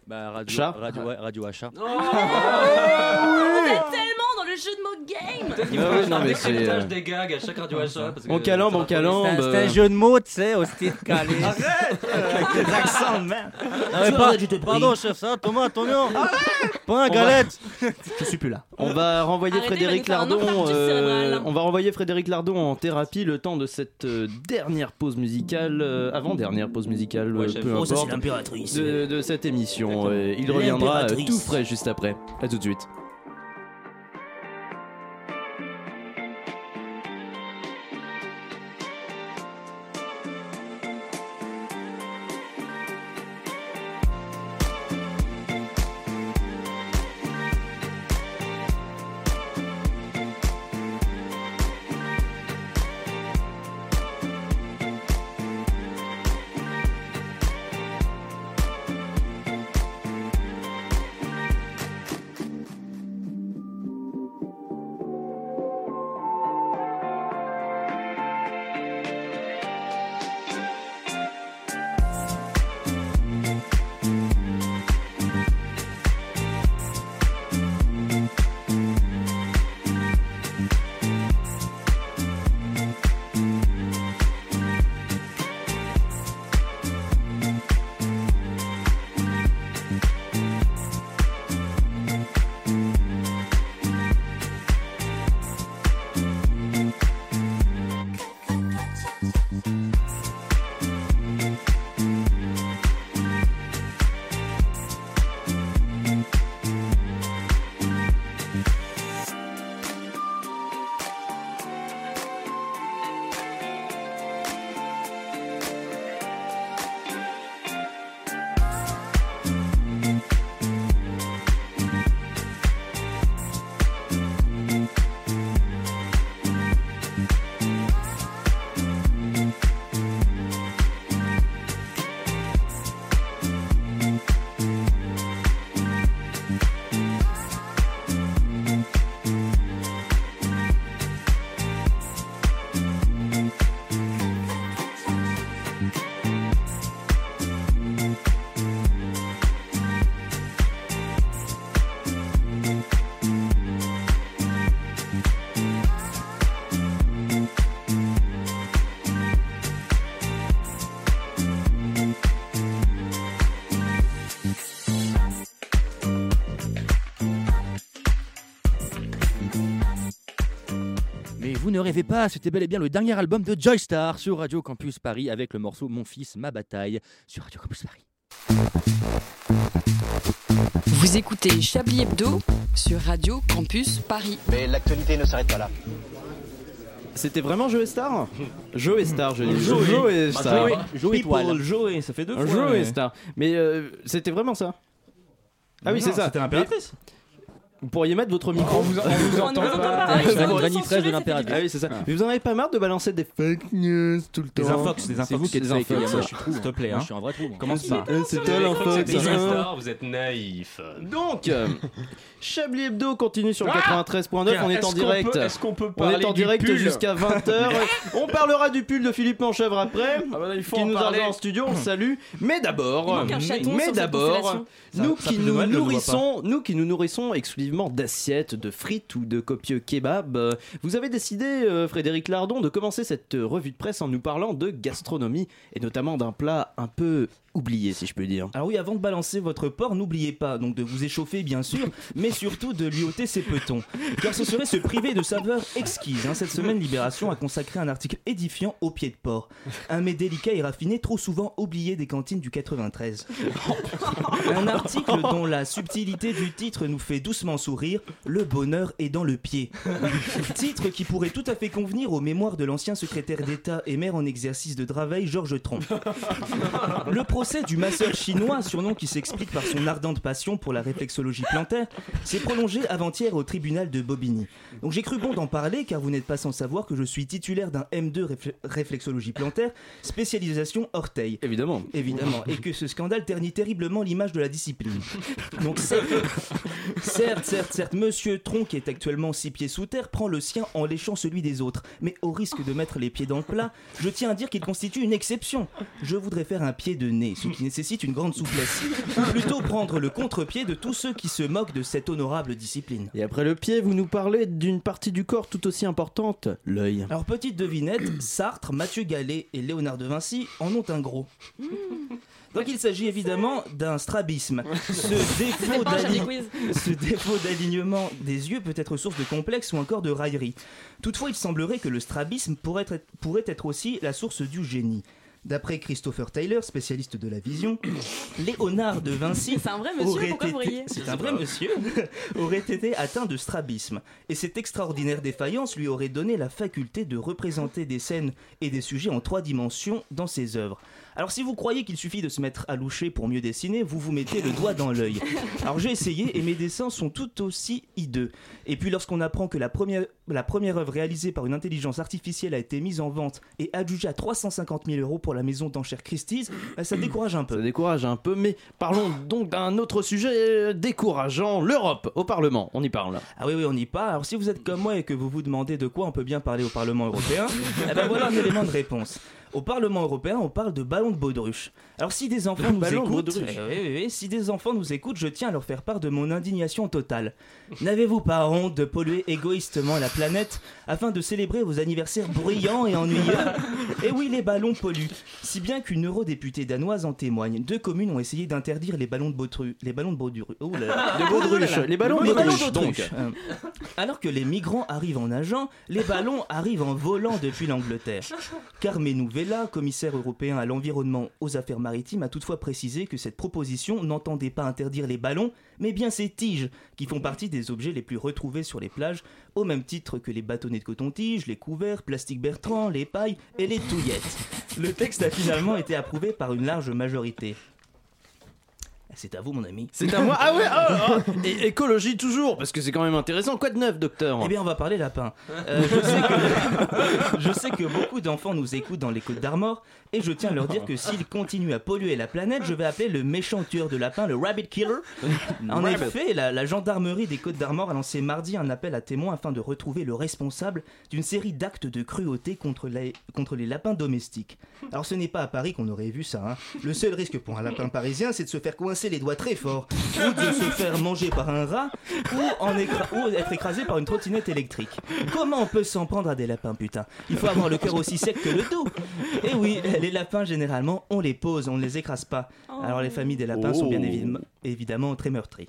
Speaker 4: Bah, radio,
Speaker 5: Chat.
Speaker 4: radio, radio Achat.
Speaker 2: Oh, On est tellement dans le jeu de mots game
Speaker 3: Il
Speaker 5: Ah
Speaker 3: faut
Speaker 5: ouais,
Speaker 3: faire
Speaker 5: non,
Speaker 3: un
Speaker 5: mais c'est,
Speaker 3: décryptage
Speaker 5: euh,
Speaker 3: des gags à chaque radio achat. parce que
Speaker 5: On calambe,
Speaker 3: ça
Speaker 5: on
Speaker 3: va pas
Speaker 5: calambe.
Speaker 4: hein.
Speaker 3: les-
Speaker 5: euh,
Speaker 4: de mots, tu sais, au style calé. Ah, Arrête euh,
Speaker 1: Avec des accents de merde.
Speaker 4: pardon, chef, ça, tomate, oignon. Pain,
Speaker 5: On
Speaker 4: galette.
Speaker 5: Je suis plus là. On va renvoyer
Speaker 4: Arrêtez,
Speaker 5: Frédéric
Speaker 4: il va nous faire un
Speaker 5: Lardon.
Speaker 4: infarctus
Speaker 5: euh,
Speaker 4: cérébral. hein.
Speaker 5: on va renvoyer Frédéric Lardon en thérapie le temps de cette euh, dernière pause musicale, euh, avant dernière pause musicale,
Speaker 1: Ouais,
Speaker 5: euh,
Speaker 1: j'avoue.
Speaker 5: peu
Speaker 1: Oh, ça, c'est
Speaker 5: importe,
Speaker 1: l'impératrice.
Speaker 5: de, de cette émission. Euh, il reviendra euh,
Speaker 1: L'impératrice.
Speaker 5: tout frais juste après. À tout de suite.
Speaker 4: Vous ne rêvez pas, c'était bel et bien le dernier album de Joystar sur Radio Campus Paris avec le morceau Mon fils, ma bataille sur Radio Campus Paris.
Speaker 10: Vous écoutez Chablis Hebdo sur Radio Campus Paris.
Speaker 7: Mais l'actualité ne s'arrête pas là.
Speaker 5: C'était vraiment Joe Star Joe et Star, je dis.
Speaker 7: Joe et-
Speaker 5: Joe et
Speaker 7: Bah,
Speaker 5: Star.
Speaker 7: Joe et- Joe et
Speaker 5: People,
Speaker 7: toile.
Speaker 5: Joe et- ça fait deux
Speaker 7: fois,
Speaker 5: Joe
Speaker 7: ouais.
Speaker 5: et Star. Mais euh, c'était vraiment ça Ah oui,
Speaker 7: Non,
Speaker 5: c'est ça.
Speaker 7: c'était
Speaker 5: l'impératrice. Vous pourriez mettre votre micro. On vous,
Speaker 7: entend On vous pas. entend pas, oui, je vous
Speaker 5: Granit Fraise de l'impératrice. Ah oui, c'est ça. Mais vous en avez pas marre de balancer des fake news tout le temps
Speaker 7: Des infox, des
Speaker 5: C'est
Speaker 7: infox.
Speaker 5: vous qui êtes
Speaker 7: Des
Speaker 5: fake.
Speaker 7: infox.
Speaker 5: Moi, je suis trou,
Speaker 7: S'il te plaît,
Speaker 5: Moi,
Speaker 7: hein.
Speaker 5: Je suis un vrai trou. moi.
Speaker 7: Commence pas.
Speaker 5: Eh, C'est toi l'infox.
Speaker 3: Vous êtes
Speaker 5: hein.
Speaker 3: star, vous êtes naïf.
Speaker 5: Donc, euh, Chablis Hebdo continue sur le
Speaker 3: Ah
Speaker 5: 93.9. on est
Speaker 3: Est-ce
Speaker 5: en
Speaker 3: qu'on
Speaker 5: direct.
Speaker 3: peut- est-ce qu'on peut
Speaker 5: On est
Speaker 3: parler
Speaker 5: en
Speaker 3: du
Speaker 5: direct
Speaker 3: pull
Speaker 5: jusqu'à 20h. on parlera du pull de Philippe Manchevre après,
Speaker 3: Ah bah
Speaker 5: qui
Speaker 13: en
Speaker 5: nous
Speaker 13: parler.
Speaker 5: a en studio. On le salue. Mais
Speaker 13: Il
Speaker 5: d'abord,
Speaker 13: manque un chaton sur
Speaker 5: mais
Speaker 13: cette
Speaker 5: d'abord,
Speaker 13: constellation.
Speaker 5: nous
Speaker 13: Ça- ça
Speaker 5: qui
Speaker 13: pue de
Speaker 5: nous
Speaker 13: Noël, je le vois
Speaker 5: nourrissons, nous qui nous nourrissons exclusivement d'assiettes, de frites ou de copieux kebabs, euh, vous avez décidé, euh, Frédéric Lardon, de commencer cette euh, revue de presse en nous parlant de gastronomie et notamment d'un plat un peu oublié, si je peux dire.
Speaker 1: Alors oui, avant de balancer votre porc, n'oubliez pas donc de vous échauffer bien sûr, mais surtout de lui ôter ses petons, car ce serait se priver de saveurs exquises. hein. Cette semaine, Libération a consacré un article édifiant au pied de porc, un mets délicat et raffiné trop souvent oublié des cantines du 93. Un article dont la subtilité du titre nous fait doucement sourire, Le bonheur est dans le pied. titre qui pourrait tout à fait convenir aux mémoires de l'ancien secrétaire d'État et maire en exercice de Draveil, Georges Tron. Le procès du masseur chinois, surnom qui s'explique par son ardente passion pour la réflexologie plantaire, s'est prolongé avant-hier au tribunal de Bobigny. Donc j'ai cru bon d'en parler car vous n'êtes pas sans savoir que je suis titulaire d'un M2 réfle- réflexologie plantaire, spécialisation orteil.
Speaker 5: Évidemment.
Speaker 1: Évidemment. Et que ce scandale ternit terriblement l'image de la discipline. Donc certes, certes, certes, certes, monsieur Tron qui est actuellement six pieds sous terre prend le sien en léchant celui des autres. Mais au risque de mettre les pieds dans le plat, je tiens à dire qu'il constitue une exception. Je voudrais faire un pied de nez, ce qui nécessite une grande souplesse. Ou plutôt prendre le contre-pied de tous ceux qui se moquent de cette honorable discipline.
Speaker 5: Et après le pied, vous nous parlez d'une partie du corps tout aussi importante, l'œil.
Speaker 1: Alors petite devinette, Sartre, Mathieu Gallet et Léonard de Vinci en ont un gros.
Speaker 2: Mmh.
Speaker 1: Donc il s'agit évidemment d'un strabisme. Ce défaut
Speaker 2: pas un Charlie
Speaker 1: d'ali-
Speaker 2: Quiz.
Speaker 1: ce défaut d'alignement des yeux peut être source de complexe ou encore de raillerie. Toutefois, il semblerait que le strabisme pourrait être, pourrait être aussi la source du génie. D'après Christopher Taylor, spécialiste de la vision, Léonard de Vinci
Speaker 2: C'est un vrai monsieur,
Speaker 1: aurait
Speaker 2: pourquoi vous
Speaker 1: été-
Speaker 2: riez
Speaker 1: C'est un vrai monsieur aurait été atteint de strabisme. Et cette extraordinaire défaillance lui aurait donné la faculté de représenter des scènes et des sujets en trois dimensions dans ses œuvres. Alors si vous croyez qu'il suffit de se mettre à loucher pour mieux dessiner, vous vous mettez le doigt dans l'œil. Alors j'ai essayé et mes dessins sont tout aussi hideux. Et puis lorsqu'on apprend que la première, la première œuvre réalisée par une intelligence artificielle a été mise en vente et adjugée à 350 000 euros pour la maison d'enchères Christie's, bah, ça décourage un peu.
Speaker 5: Ça décourage un peu, mais parlons donc d'un autre sujet euh, décourageant, l'Europe au Parlement. On y parle.
Speaker 1: Ah oui, oui, on y parle. Alors, si vous êtes comme moi et que vous vous demandez de quoi on peut bien parler au Parlement européen, eh ben voilà un élément de réponse. Au Parlement européen, on parle de ballon de baudruche. Alors, si des enfants nous
Speaker 5: Ballon de
Speaker 1: écoutent,
Speaker 5: baudruche.
Speaker 1: Eh oui, oui, oui, si des enfants nous écoutent, je tiens à leur faire part de mon indignation totale. N'avez-vous pas honte de polluer égoïstement la planète afin de célébrer vos anniversaires bruyants et ennuyeux et oui, les ballons polluent. Si bien qu'une eurodéputée danoise en témoigne. Deux communes ont essayé d'interdire les ballons de baudruche. Les ballons de baudruche. Oh là là.
Speaker 5: De baudruche.
Speaker 1: Oh là là.
Speaker 5: Les ballons baudruche, donc.
Speaker 1: Euh, Alors que les migrants arrivent en nageant, les ballons arrivent en volant depuis l'Angleterre. Carmen Vella, commissaire européen à l'environnement aux affaires maritimes, a toutefois précisé que cette proposition n'entendait pas interdire les ballons, mais bien ces tiges, qui font partie des objets les plus retrouvés sur les plages, au même titre que les bâtonnets de coton-tige, les couverts, plastique Bertrand, les pailles et les touillettes. Le texte a finalement été approuvé par une large majorité. C'est à vous, mon ami.
Speaker 5: C'est à moi. Ah ouais, ah, ah. Et écologie toujours, parce que c'est quand même intéressant. Quoi de neuf, docteur
Speaker 1: Eh bien, on va parler lapin. Euh, je, sais que, je sais que beaucoup d'enfants nous écoutent dans les Côtes d'Armor et je tiens à leur dire que s'ils continuent à polluer la planète, je vais appeler le méchant tueur de lapins le Rabbit Killer. En
Speaker 5: Rabbit.
Speaker 1: effet, la, la gendarmerie des Côtes d'Armor a lancé mardi un appel à témoins afin de retrouver le responsable d'une série d'actes de cruauté contre les, contre les lapins domestiques. Alors, ce n'est pas à Paris qu'on aurait vu ça. hein. Le seul risque pour un lapin parisien, c'est de se faire coincer les doigts très fort ou de se faire manger par un rat ou, en écra- ou être écrasé par une trottinette électrique. Comment on peut s'en prendre à des lapins, putain Il faut avoir le cœur aussi sec que le dos. Et Eh oui, les lapins, généralement, on les
Speaker 5: Oh.
Speaker 1: pose, on ne les écrase pas. Alors les familles des lapins sont bien évi- évidemment très meurtries.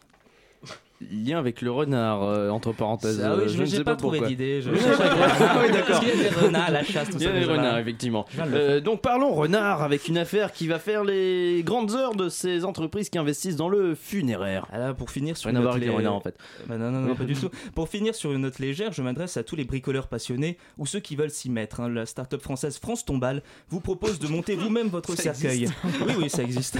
Speaker 5: Lien avec le renard, euh, entre parenthèses.
Speaker 1: Ah oui,
Speaker 5: Euh,
Speaker 1: je
Speaker 5: ne
Speaker 1: n'ai
Speaker 5: sais
Speaker 1: pas
Speaker 5: pas,
Speaker 1: trouvé
Speaker 5: pourquoi.
Speaker 1: d'idée, je-
Speaker 5: Oui, je- Ah oui, d'accord.
Speaker 1: Parce qu'il y a des renards à la chasse, tout
Speaker 5: Il y a
Speaker 1: ça,
Speaker 5: des
Speaker 1: déjà,
Speaker 5: renards,
Speaker 1: là.
Speaker 5: effectivement.
Speaker 1: Je viens de le
Speaker 5: Euh, donc parlons renard avec une affaire qui va faire les grandes heures de ces entreprises qui investissent dans le funéraire.
Speaker 1: pour finir sur
Speaker 5: Rien à
Speaker 1: une
Speaker 5: voir
Speaker 1: note
Speaker 5: avec les
Speaker 1: lé-
Speaker 5: renards en fait.
Speaker 1: Bah non, non, non,
Speaker 5: Oui.
Speaker 1: pas du tout. Pour finir sur une note légère, je m'adresse à tous les bricoleurs passionnés ou ceux qui veulent s'y mettre. hein. La start-up française France Tombale vous propose de monter vous-même votre
Speaker 5: Ça
Speaker 1: cercueil.
Speaker 5: existe.
Speaker 1: Oui, oui, ça existe.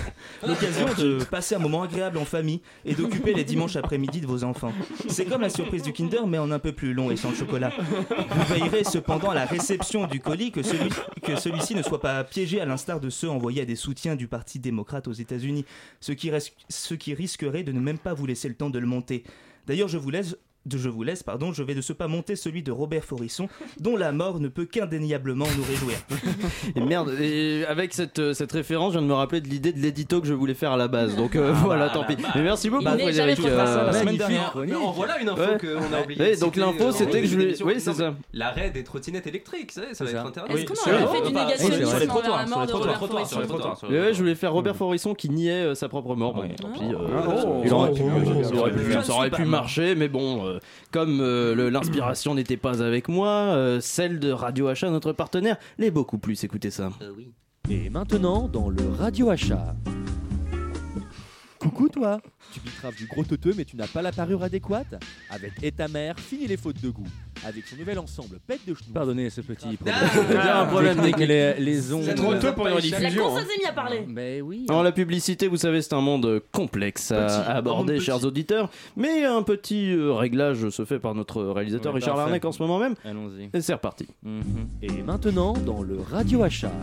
Speaker 1: L'occasion de passer un moment agréable en famille et d'occuper les dimanches après-midi de vos enfants. C'est comme la surprise du Kinder, mais en un peu plus long et sans chocolat. Vous veillerez cependant à la réception du colis que celui que celui-ci ne soit pas piégé à l'instar de ceux envoyés à des soutiens du Parti démocrate aux États-Unis, ce qui, res- ce qui risquerait de ne même pas vous laisser le temps de le monter. D'ailleurs, je vous laisse. De je vous laisse, pardon, je vais de ce pas monter celui de Robert Forisson, dont la mort ne peut qu'indéniablement nous réjouir.
Speaker 5: Et merde, et avec cette, euh, cette référence, je viens de me rappeler de l'idée de l'édito que je voulais faire à la base. Donc euh,
Speaker 1: Ah bah,
Speaker 5: voilà, tant
Speaker 1: bah,
Speaker 5: pis.
Speaker 1: bah.
Speaker 5: Mais merci beaucoup,
Speaker 1: Il n'est jamais
Speaker 5: Frédéric.
Speaker 1: trop tard, ça, la semaine dernière.
Speaker 3: Mais en voilà une info
Speaker 5: Ouais.
Speaker 3: qu'on a oublié.
Speaker 5: Ouais,
Speaker 3: de
Speaker 5: donc
Speaker 3: citer,
Speaker 5: l'info,
Speaker 3: euh, en
Speaker 5: c'était
Speaker 3: début
Speaker 5: que je voulais.
Speaker 3: d'émission,
Speaker 5: Oui,
Speaker 3: il me
Speaker 5: c'est ça.
Speaker 3: semble. L'arrêt des trottinettes électriques, ça, ça va être interdit.
Speaker 5: Est-ce qu'on
Speaker 3: Oui,
Speaker 5: aurait fait du
Speaker 3: sur- enfin,
Speaker 5: négationnisme
Speaker 3: sur les
Speaker 5: sur
Speaker 3: trottoirs,
Speaker 5: la
Speaker 3: sur
Speaker 5: mort
Speaker 3: les
Speaker 5: de
Speaker 3: trottoirs,
Speaker 5: Robert
Speaker 3: sur les trottoirs, sur les
Speaker 5: Mais ouais, je voulais faire Robert Forisson qui niait euh, sa propre mort. Bon, tant pis. euh, il aurait pu, euh, il aurait pu-
Speaker 1: Je
Speaker 5: ça aurait
Speaker 1: suis
Speaker 5: pu
Speaker 1: pas
Speaker 5: marcher, mais bon, euh, comme euh, le- l'inspiration n'était pas avec moi, euh, celle de Radio Achat, notre partenaire, l'est beaucoup plus. Écoutez ça.
Speaker 4: Et maintenant, dans le Radio Achat. Coucou toi Tu bicraves du gros teuteux mais tu n'as pas la parure adéquate Avec Et ta mère, fini les fautes de goût. Avec son nouvel ensemble, pète de chenoux.
Speaker 14: Pardonnez ce petit problème.
Speaker 4: Ah
Speaker 14: Il y a un problème
Speaker 4: Technique,
Speaker 14: technique.
Speaker 4: mais les- les ondes-
Speaker 14: C'est trop tôt pour une
Speaker 2: La
Speaker 14: rediffusion.
Speaker 2: con,
Speaker 14: hein.
Speaker 2: ça s'est mis à parler.
Speaker 14: Mais oui.
Speaker 5: Alors la publicité, vous savez, c'est un monde complexe à
Speaker 14: Petit,
Speaker 5: à aborder,
Speaker 14: un petit.
Speaker 5: chers auditeurs, mais un petit euh, réglage se fait par notre réalisateur
Speaker 4: Ouais,
Speaker 5: Richard
Speaker 4: parfait.
Speaker 5: Larnac en ce moment même.
Speaker 4: Allons-y.
Speaker 5: Et c'est reparti.
Speaker 4: Et maintenant, dans le Radio Achat.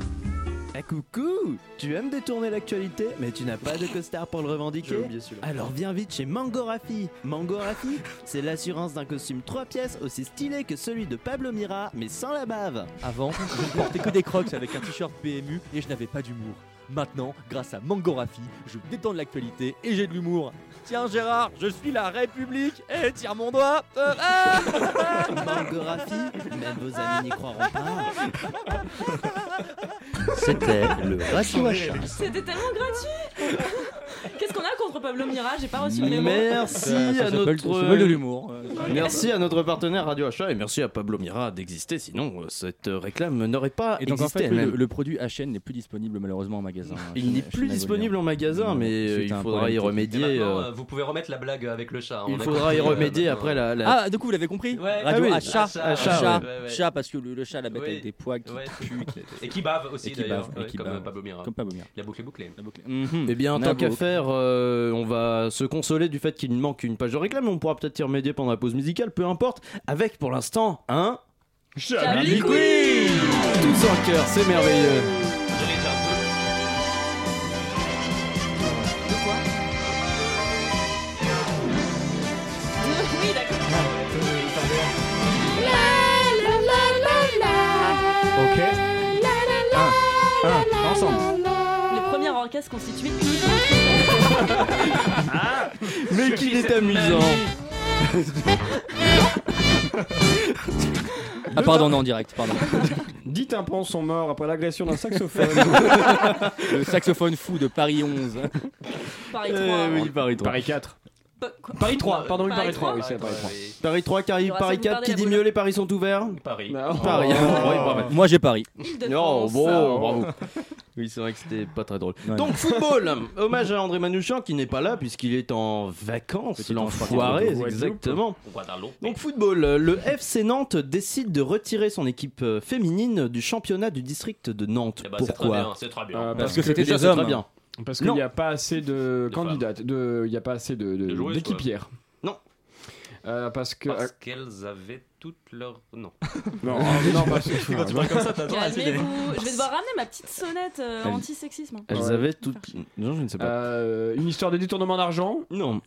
Speaker 5: Ah, coucou Tu aimes détourner l'actualité, mais tu n'as pas de costard pour le revendiquer
Speaker 4: J'ai oublié celui-là.
Speaker 5: Alors viens vite chez Mangorafi Mangorafi, c'est l'assurance d'un costume 3 pièces aussi stylé que celui de Pablo Mira, mais sans la bave
Speaker 4: Avant, je ne portais que des crocs avec un t-shirt PMU et je n'avais pas d'humour. Maintenant, grâce à Mangorafi, je détends de l'actualité et j'ai de l'humour. Tiens Gérard, je suis la République et tire mon doigt Euh, ah
Speaker 5: Mangorafi, même vos amis n'y croiront pas.
Speaker 4: C'était le ratio achat.
Speaker 2: C'était tellement gratuit. Qu'est-ce qu'on a contre Pablo Mira J'ai pas reçu le mémo.
Speaker 5: Merci
Speaker 4: Ça- ça
Speaker 5: à
Speaker 4: s'appelle-
Speaker 5: notre
Speaker 4: ça s'appelle
Speaker 14: euh,
Speaker 4: de l'humour.
Speaker 5: Merci à notre partenaire Radio Achat et merci à Pablo Mira d'exister, sinon euh, cette euh, réclame n'aurait pas
Speaker 14: Et donc en
Speaker 5: existé
Speaker 14: fait,
Speaker 5: elle-même.
Speaker 14: le, le produit HN n'est plus disponible malheureusement en magasin.
Speaker 5: Il n'est plus disponible en magasin, mais euh,
Speaker 14: c'est
Speaker 5: il
Speaker 14: un
Speaker 5: faudra
Speaker 14: problème
Speaker 5: y
Speaker 14: technique.
Speaker 5: remédier.
Speaker 3: Et maintenant,
Speaker 5: euh,
Speaker 3: euh, vous pouvez remettre la blague avec le chat. hein,
Speaker 5: Il
Speaker 3: on a
Speaker 5: faudra y
Speaker 3: compris, euh,
Speaker 5: remédier
Speaker 3: maintenant.
Speaker 5: après la- la-
Speaker 14: Ah, du coup, vous l'avez compris
Speaker 3: Ouais.
Speaker 14: Radio
Speaker 5: Ah oui,
Speaker 14: achat,
Speaker 5: achat,
Speaker 14: achat,
Speaker 5: achat,
Speaker 14: chat,
Speaker 3: ouais, ouais.
Speaker 14: Chat, parce que le, le chat, la bête
Speaker 3: Oui.
Speaker 14: avec des poids qui
Speaker 3: Ouais.
Speaker 14: puent. qui-
Speaker 3: Et qui bave aussi
Speaker 14: Et qui
Speaker 3: d'ailleurs,
Speaker 14: bave,
Speaker 3: ouais,
Speaker 14: et qui
Speaker 3: comme
Speaker 14: bave.
Speaker 3: euh, Pablo Mira.
Speaker 14: Comme Pablo Mira.
Speaker 3: La boucle est bouclée.
Speaker 5: Mhm. Eh bien,
Speaker 14: On a
Speaker 5: tant
Speaker 14: un
Speaker 5: qu'à
Speaker 14: beau-
Speaker 5: faire, euh, on va se consoler du fait qu'il manque une page de réclame. On pourra peut-être y remédier pendant la pause musicale, peu importe. Avec pour l'instant un.
Speaker 9: Chablis
Speaker 5: Quiz Tous en cœur, c'est merveilleux.
Speaker 9: Oui,
Speaker 11: Ok. Un, un, ensemble.
Speaker 2: Le premier orchestre constitué.
Speaker 5: Mais qu'il est amusant
Speaker 14: Ah, pardon, non, en direct, pardon.
Speaker 11: Dix tympans sont morts après l'agression d'un saxophone.
Speaker 14: le saxophone fou de Paris 11.
Speaker 2: Paris
Speaker 5: Euh,
Speaker 2: 3.
Speaker 5: oui, Paris 3.
Speaker 11: Paris 4. Paris 3, pardon, oui, Paris 3, oui, c'est Paris 3.
Speaker 5: Paris 3 qui arrive,
Speaker 2: J'aurais
Speaker 5: Paris
Speaker 2: sûrement
Speaker 5: 4
Speaker 2: gardé
Speaker 5: qui
Speaker 2: la
Speaker 5: dit
Speaker 2: boule.
Speaker 5: mieux, les paris sont ouverts.
Speaker 11: Paris.
Speaker 5: Paris.
Speaker 11: Oh.
Speaker 5: Oui, bravo.
Speaker 14: Moi, j'ai Paris.
Speaker 5: Oh,
Speaker 14: Île-de-France.
Speaker 5: bon,
Speaker 14: Oh.
Speaker 5: bravo. Oui, c'est vrai que c'était pas très drôle.
Speaker 14: Ouais.
Speaker 5: Donc, football Hommage à André Manouchian qui n'est pas là puisqu'il est en vacances, l'enfoiré,
Speaker 3: Guadeloupe.
Speaker 5: exactement.
Speaker 3: Guadeloupe.
Speaker 5: Donc football, euh, le FC Nantes décide de retirer son équipe euh, féminine du championnat du district de Nantes.
Speaker 3: Eh ben, c'est très bien,
Speaker 5: Pourquoi
Speaker 3: c'est très bien.
Speaker 11: Euh,
Speaker 5: parce que c'était
Speaker 11: déjà,
Speaker 5: des
Speaker 11: c'est
Speaker 5: hommes.
Speaker 11: très bien. Parce qu'il
Speaker 5: Non.
Speaker 11: n'y a pas assez de candidates, de- il n'y a pas assez de-
Speaker 3: De
Speaker 11: de-
Speaker 3: joueuses,
Speaker 11: d'équipières.
Speaker 5: Non.
Speaker 11: Euh, parce que.
Speaker 3: Parce qu'elles avaient toutes leurs. Non.
Speaker 11: Non, non, parce que.
Speaker 3: Quand tu parles comme ça, t'attends la suite.
Speaker 2: Calmez-vous. Je vais devoir ramener ma petite sonnette euh,
Speaker 11: Elles-
Speaker 2: anti-sexisme.
Speaker 5: Elles
Speaker 11: Ouais.
Speaker 5: avaient toutes. Non, je ne sais pas.
Speaker 11: Euh, une histoire de détournement d'argent. Euh,
Speaker 5: Non.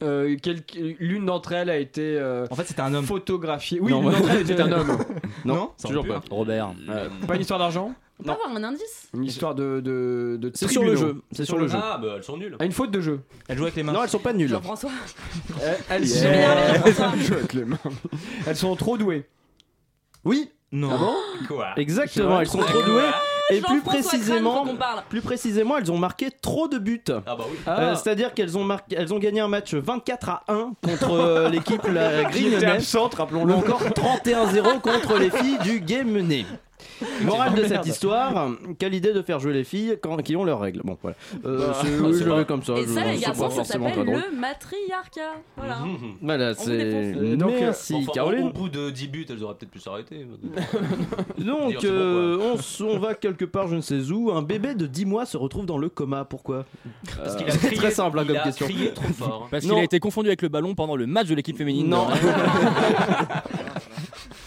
Speaker 11: L'une d'entre elles a été. en
Speaker 1: fait, c'était un homme.
Speaker 11: Photographiée. Oui,
Speaker 5: Non,
Speaker 11: l'une
Speaker 5: bah-
Speaker 11: d'entre elles était un homme.
Speaker 5: Non,
Speaker 11: ça
Speaker 5: toujours
Speaker 11: aurait
Speaker 5: pas.
Speaker 11: pu,
Speaker 5: hein. Robert.
Speaker 11: Euh, pas une histoire d'argent
Speaker 2: On peut avoir un indice
Speaker 11: Une histoire de. de, de
Speaker 5: C'est sur le
Speaker 11: tribunaux.
Speaker 5: jeu, c'est sur le jeu.
Speaker 3: Ah, bah elles sont nulles.
Speaker 11: Ah, une faute de jeu.
Speaker 1: Elle joue avec les mains.
Speaker 5: Non, elles sont pas nulles.
Speaker 2: Jean-François
Speaker 11: Euh, Elles,
Speaker 2: J'ai bien aimé Jean-François.
Speaker 11: elles jouent avec les mains. Elles sont trop douées.
Speaker 5: Oui
Speaker 1: Non.
Speaker 11: Ah bon
Speaker 3: Quoi
Speaker 5: Exactement, elles sont trop douées. Et plus
Speaker 2: Ah, Jean-François Crane,
Speaker 5: précisément,
Speaker 2: faut qu'on parle.
Speaker 5: plus précisément, elles ont marqué trop de buts.
Speaker 2: Ah.
Speaker 5: Euh, C'est-à-dire qu'elles ont, marqué- elles ont gagné un match 24 à 1 contre euh, l'équipe la
Speaker 11: Qui était
Speaker 5: Grignonaise.
Speaker 11: absente, rappelons-le.
Speaker 5: Ou encore 31-0 contre les filles du Guémené. Morale
Speaker 2: Ah,
Speaker 5: de cette histoire, quelle idée de faire jouer les filles quand, qui ont leurs règles. Bon, voilà. Euh,
Speaker 2: Ah.
Speaker 5: c'est-
Speaker 2: Ah,
Speaker 5: oui,
Speaker 2: c'est
Speaker 5: je
Speaker 2: pas-
Speaker 5: l'avais comme ça.
Speaker 2: Et
Speaker 5: je-
Speaker 2: ça, les
Speaker 5: c'est pas
Speaker 2: garçons, ça
Speaker 5: forcément très
Speaker 2: s'appelle
Speaker 5: drôle.
Speaker 2: le matriarcat. Voilà.
Speaker 3: Mhm.
Speaker 5: Voilà, c'est.
Speaker 3: Et donc,
Speaker 5: Merci,
Speaker 3: euh, enfin,
Speaker 5: Caroline.
Speaker 3: Au bout de 10 buts, elles auraient peut-être pu s'arrêter. Dire,
Speaker 5: Donc,
Speaker 3: c'est bon,
Speaker 5: euh, on, s- on va quelque part, je ne sais où. Un bébé de 10 mois se retrouve dans le coma. Pourquoi
Speaker 4: Parce
Speaker 5: Euh,
Speaker 4: qu'il a
Speaker 5: C'est
Speaker 4: crié-
Speaker 5: très simple hein,
Speaker 4: il
Speaker 5: comme
Speaker 4: a
Speaker 5: question.
Speaker 4: crié trop fort. Parce qu'il
Speaker 5: Non.
Speaker 4: a été confondu avec le ballon pendant le match de l'équipe féminine.
Speaker 5: Non.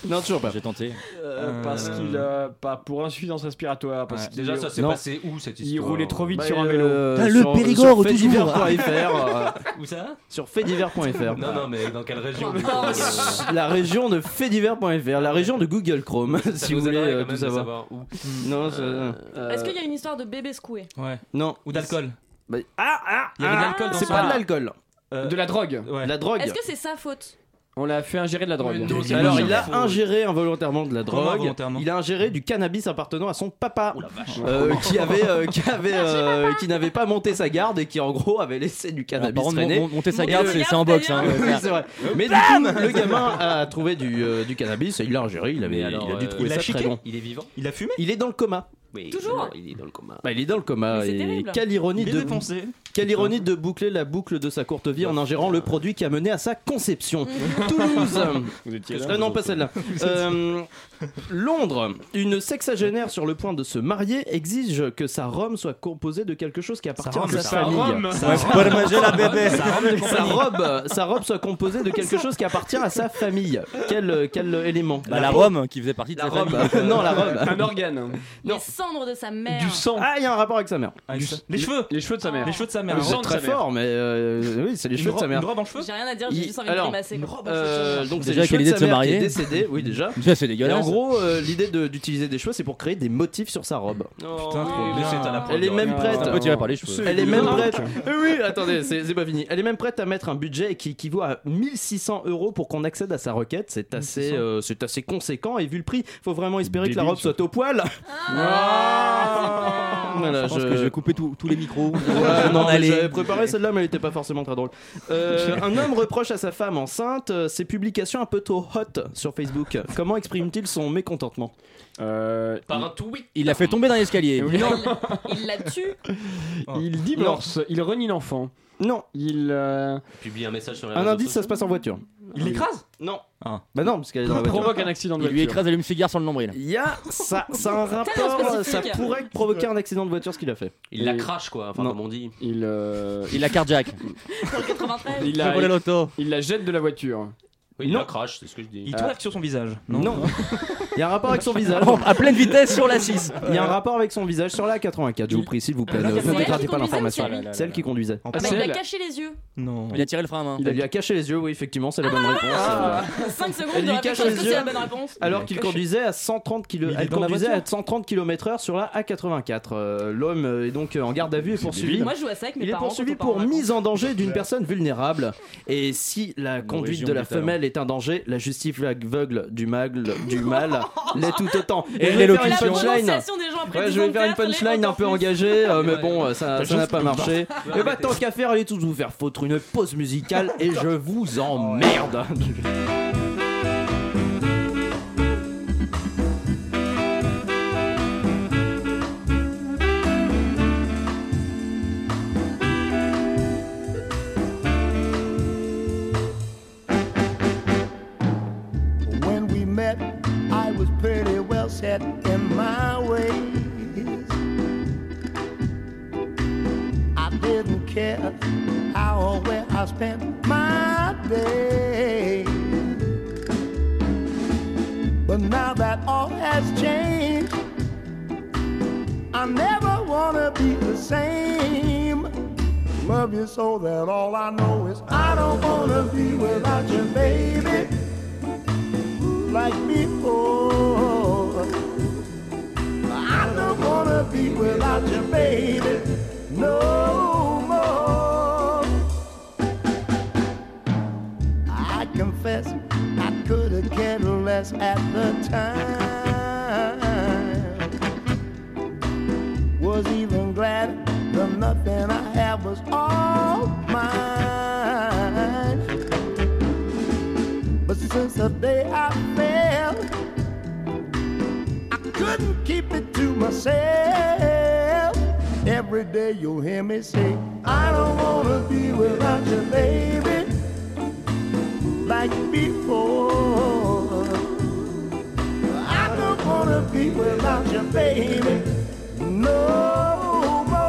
Speaker 5: non, toujours pas.
Speaker 4: J'ai tenté.
Speaker 11: Euh, parce qu'il a pas pour insuffisance respiratoire parce
Speaker 4: Ouais.
Speaker 11: qu'il-
Speaker 3: Déjà, ça s'est
Speaker 11: Non.
Speaker 3: passé où cette
Speaker 11: Il
Speaker 3: histoire
Speaker 11: roulait trop vite
Speaker 3: Bah,
Speaker 11: sur
Speaker 3: euh,
Speaker 11: un vélo.
Speaker 3: Ah, le
Speaker 5: Sur-
Speaker 3: Périgord,
Speaker 5: sur
Speaker 3: toujours.
Speaker 5: faitdiver.fr, euh,
Speaker 3: Où ça
Speaker 5: Sur faitdiver.fr.
Speaker 3: Non, Oh, non, mais dans quelle région du coup euh,
Speaker 5: La région de faitdiver.fr, la région de Google Chrome, si vous
Speaker 3: nous
Speaker 5: voulez
Speaker 3: aiderait quand
Speaker 5: euh, tout
Speaker 3: même de
Speaker 5: savoir.
Speaker 3: savoir où.
Speaker 5: Non, ça-
Speaker 3: Euh,
Speaker 2: Est-ce qu'il y a une histoire de bébé secoué
Speaker 5: Ouais. Non. Ou d'alcool. ah, ah,
Speaker 11: Il y avait de l'alcool dans
Speaker 5: C'est
Speaker 11: ce
Speaker 5: pas de
Speaker 11: bar.
Speaker 5: l'alcool.
Speaker 3: Euh,
Speaker 11: de la drogue.
Speaker 5: La drogue.
Speaker 2: Est-ce que c'est sa faute
Speaker 11: On l'a fait ingérer de la drogue.
Speaker 5: Alors, il a ingéré involontairement de la
Speaker 11: Comment
Speaker 5: drogue.
Speaker 11: involontairement
Speaker 5: Il a ingéré du cannabis appartenant à son papa,
Speaker 3: Oh
Speaker 5: Euh, qui avait, euh, qui avait, euh, qui n'avait pas monté sa garde et qui en gros avait laissé du cannabis
Speaker 4: par contre,
Speaker 5: traîner.
Speaker 4: mon- monter sa
Speaker 5: Et
Speaker 4: garde,
Speaker 5: le-
Speaker 4: c'est- c'est en boxe, hein.
Speaker 5: Oui, c'est vrai. Mais du coup, le gamin a trouvé du, euh, du cannabis, et il l'a ingéré, il avait,
Speaker 3: Mais alors,
Speaker 5: il a dû
Speaker 3: euh,
Speaker 5: trouver
Speaker 3: il a
Speaker 5: ça
Speaker 3: chiqué
Speaker 5: très bon.
Speaker 3: Il est vivant
Speaker 5: Il a fumé Il est dans le coma.
Speaker 3: Oui,
Speaker 2: Toujours
Speaker 3: Il est dans le coma.
Speaker 5: Bah, il est dans le coma.
Speaker 3: Mais c'est
Speaker 5: et
Speaker 3: terrible.
Speaker 5: Quelle ironie
Speaker 3: Il est
Speaker 5: de
Speaker 3: dépensé.
Speaker 5: Quelle ironie de boucler la boucle de sa courte vie en ingérant le produit qui a mené à sa conception. Toulouse.
Speaker 11: Vous étiez là,
Speaker 5: Euh, non,
Speaker 11: vous
Speaker 5: pas
Speaker 11: autres.
Speaker 5: celle-là. Euh, Londres. Une sexagénaire sur le point de se marier exige que sa Rome soit composée de quelque chose qui appartient
Speaker 11: Rome,
Speaker 5: à sa
Speaker 11: sa
Speaker 5: famille.
Speaker 11: Rome. Ouais, c'est pas le manger la bébé.
Speaker 5: Sa Rome, de compagnie.
Speaker 11: Sa
Speaker 5: robe, sa robe soit composée de quelque chose qui appartient à sa famille. Quel, euh, quel élément
Speaker 4: Bah, la Rome, qui faisait partie de
Speaker 5: La
Speaker 4: sa
Speaker 5: robe.
Speaker 4: famille.
Speaker 5: non, la robe.
Speaker 4: Un
Speaker 11: organe.
Speaker 2: Les cendres de sa mère.
Speaker 5: Ah, il y a un rapport avec sa mère.
Speaker 1: Les cheveux.
Speaker 11: Les cheveux de sa mère.
Speaker 1: Les cheveux de sa mère.
Speaker 5: Ah, Vous êtes très fort, mais euh, oui, c'est les cheveux de sa mère.
Speaker 1: Une robe en cheveux
Speaker 2: J'ai rien à dire, j'ai juste envie de
Speaker 5: Alors,
Speaker 2: grimacer.
Speaker 5: Euh, donc c'est
Speaker 4: Déjà,
Speaker 5: les cheveux
Speaker 4: quelle idée
Speaker 5: de sa
Speaker 4: de se
Speaker 5: mère qui
Speaker 4: marier
Speaker 5: est décédée, oui déjà.
Speaker 4: Déjà, c'est
Speaker 5: Et
Speaker 4: dégueulasse.
Speaker 5: en gros, euh, l'idée de- d'utiliser des cheveux, c'est pour créer des motifs sur sa robe. Elle est même prête.
Speaker 4: Un peu tiré par les cheveux.
Speaker 5: Elle est même prête. Oui, oui, attendez, c'est c'est pas fini. Elle est même prête à mettre un budget qui équivaut à 1600 euros pour qu'on accède à sa requête. C'est assez, euh, c'est assez conséquent et vu le prix, faut vraiment espérer que la robe soit au poil. Voilà,
Speaker 4: Je pense que je vais couper tout- tous les micros.
Speaker 5: Ouais, non,
Speaker 4: On
Speaker 5: mais
Speaker 4: allait.
Speaker 5: j'avais préparé celle-là, mais elle n'était pas forcément très drôle. Euh, un homme reproche à sa femme enceinte euh, ses publications un peu trop hot sur Facebook. Comment exprime-t-il son mécontentement
Speaker 2: Euh,
Speaker 3: Par un tweet.
Speaker 4: Il l'a fait tomber dans l'escalier.
Speaker 2: Il la tue.
Speaker 3: Oh.
Speaker 11: Il divorce, il renie l'enfant.
Speaker 5: Non.
Speaker 11: Il. euh,
Speaker 3: Publie un message sur la
Speaker 5: Un indice, ça se passe en voiture.
Speaker 11: Il l'écrase
Speaker 5: Non.
Speaker 3: Ah.
Speaker 5: Bah non, parce qu'elle est dans la voiture.
Speaker 11: provoque un accident de
Speaker 4: Il
Speaker 11: voiture.
Speaker 4: lui écrase l'allume cigare sur le nombril.
Speaker 5: Il y a ça, ça a un
Speaker 11: Tellement
Speaker 5: rapport, ça
Speaker 11: spécifique.
Speaker 5: pourrait provoquer un accident de voiture ce qu'il a fait.
Speaker 3: Il la crache quoi, enfin comme on dit.
Speaker 11: Il.
Speaker 4: Il la cardiaque.
Speaker 11: Il
Speaker 4: Faut voler l'auto.
Speaker 11: Il la jette de la voiture.
Speaker 3: Oui, il la crache, c'est ce que je dis.
Speaker 11: Il tourne
Speaker 1: sur son visage.
Speaker 5: Non. Il y a un rapport avec son visage.
Speaker 4: À pleine vitesse sur la 6.
Speaker 5: Il y a un rapport avec son visage sur la 84, je vous prie, s'il vous plaît.
Speaker 4: C'est
Speaker 5: Ne
Speaker 4: elle
Speaker 5: ne
Speaker 4: qui
Speaker 5: dégradez pas
Speaker 4: conduisait ou
Speaker 5: l'information.
Speaker 4: c'est lui
Speaker 5: Celle qui conduisait.
Speaker 2: Ah, bah, il a caché les yeux.
Speaker 5: Non.
Speaker 4: Il a tiré le frein à main.
Speaker 5: Il lui a caché les yeux, oui, effectivement, c'est la bonne réponse.
Speaker 2: Ah
Speaker 5: Euh,
Speaker 2: 5 secondes
Speaker 5: Ah. Elle
Speaker 2: de
Speaker 5: lui
Speaker 2: réflexion, est-ce
Speaker 5: cache
Speaker 2: que
Speaker 5: les
Speaker 2: c'est
Speaker 5: yeux.
Speaker 2: la bonne réponse
Speaker 5: Alors qu'il conduisait à 130 km,
Speaker 1: il est
Speaker 5: elle
Speaker 1: dans la
Speaker 5: conduisait à
Speaker 1: voiture.
Speaker 5: 130 km/h sur la A84. Euh, L'homme euh, est donc euh, en garde à vue et poursuivi.
Speaker 2: débile. Moi, je joue à ça avec mes
Speaker 5: Il est
Speaker 2: parents quand on
Speaker 5: poursuivi
Speaker 2: part
Speaker 5: pour
Speaker 2: en vacances.
Speaker 5: mise en danger d'une personne vulnérable. Et si la conduite
Speaker 4: région
Speaker 5: de la
Speaker 4: du talent.
Speaker 5: femelle est un danger, la justice aveugle du magle du mal l'est tout autant.
Speaker 4: Et
Speaker 5: je vais faire une
Speaker 4: l'élocution.
Speaker 5: punchline.
Speaker 4: La prononciation des gens après
Speaker 5: Ouais, je vais
Speaker 4: 10
Speaker 5: faire une punchline un peu engagée, euh, mais bon, euh, ça ça n'a pas marché.
Speaker 4: Faut
Speaker 5: Et bah tant qu'à faire, allez tous vous faire foutre une pause musicale et je vous emmerde.
Speaker 16: When we met, I was pretty well set in my ways. I didn't care how or where I spent my days. But now that all has changed, I never wanna be the same. Love you so that all I know is I don't wanna be without you, baby like before. I don't wanna be without you, baby, no more. I confess I could have cared less at the time, was even glad the nothing I had was all mine. But since the day I fell, I couldn't keep it to myself. Every day you'll hear me say, I don't wanna be without you, baby, like before. I don't wanna be without you, baby, no more.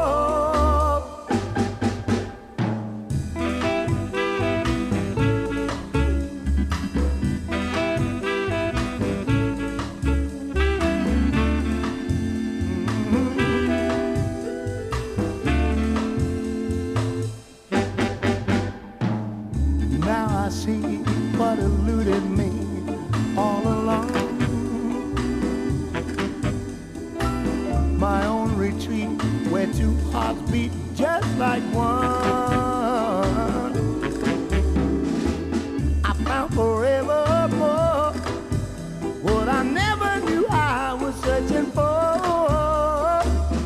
Speaker 16: Now I see what eluded me all along. My own retreat where two hearts beat just like one. I found forevermore what I never knew I was searching for.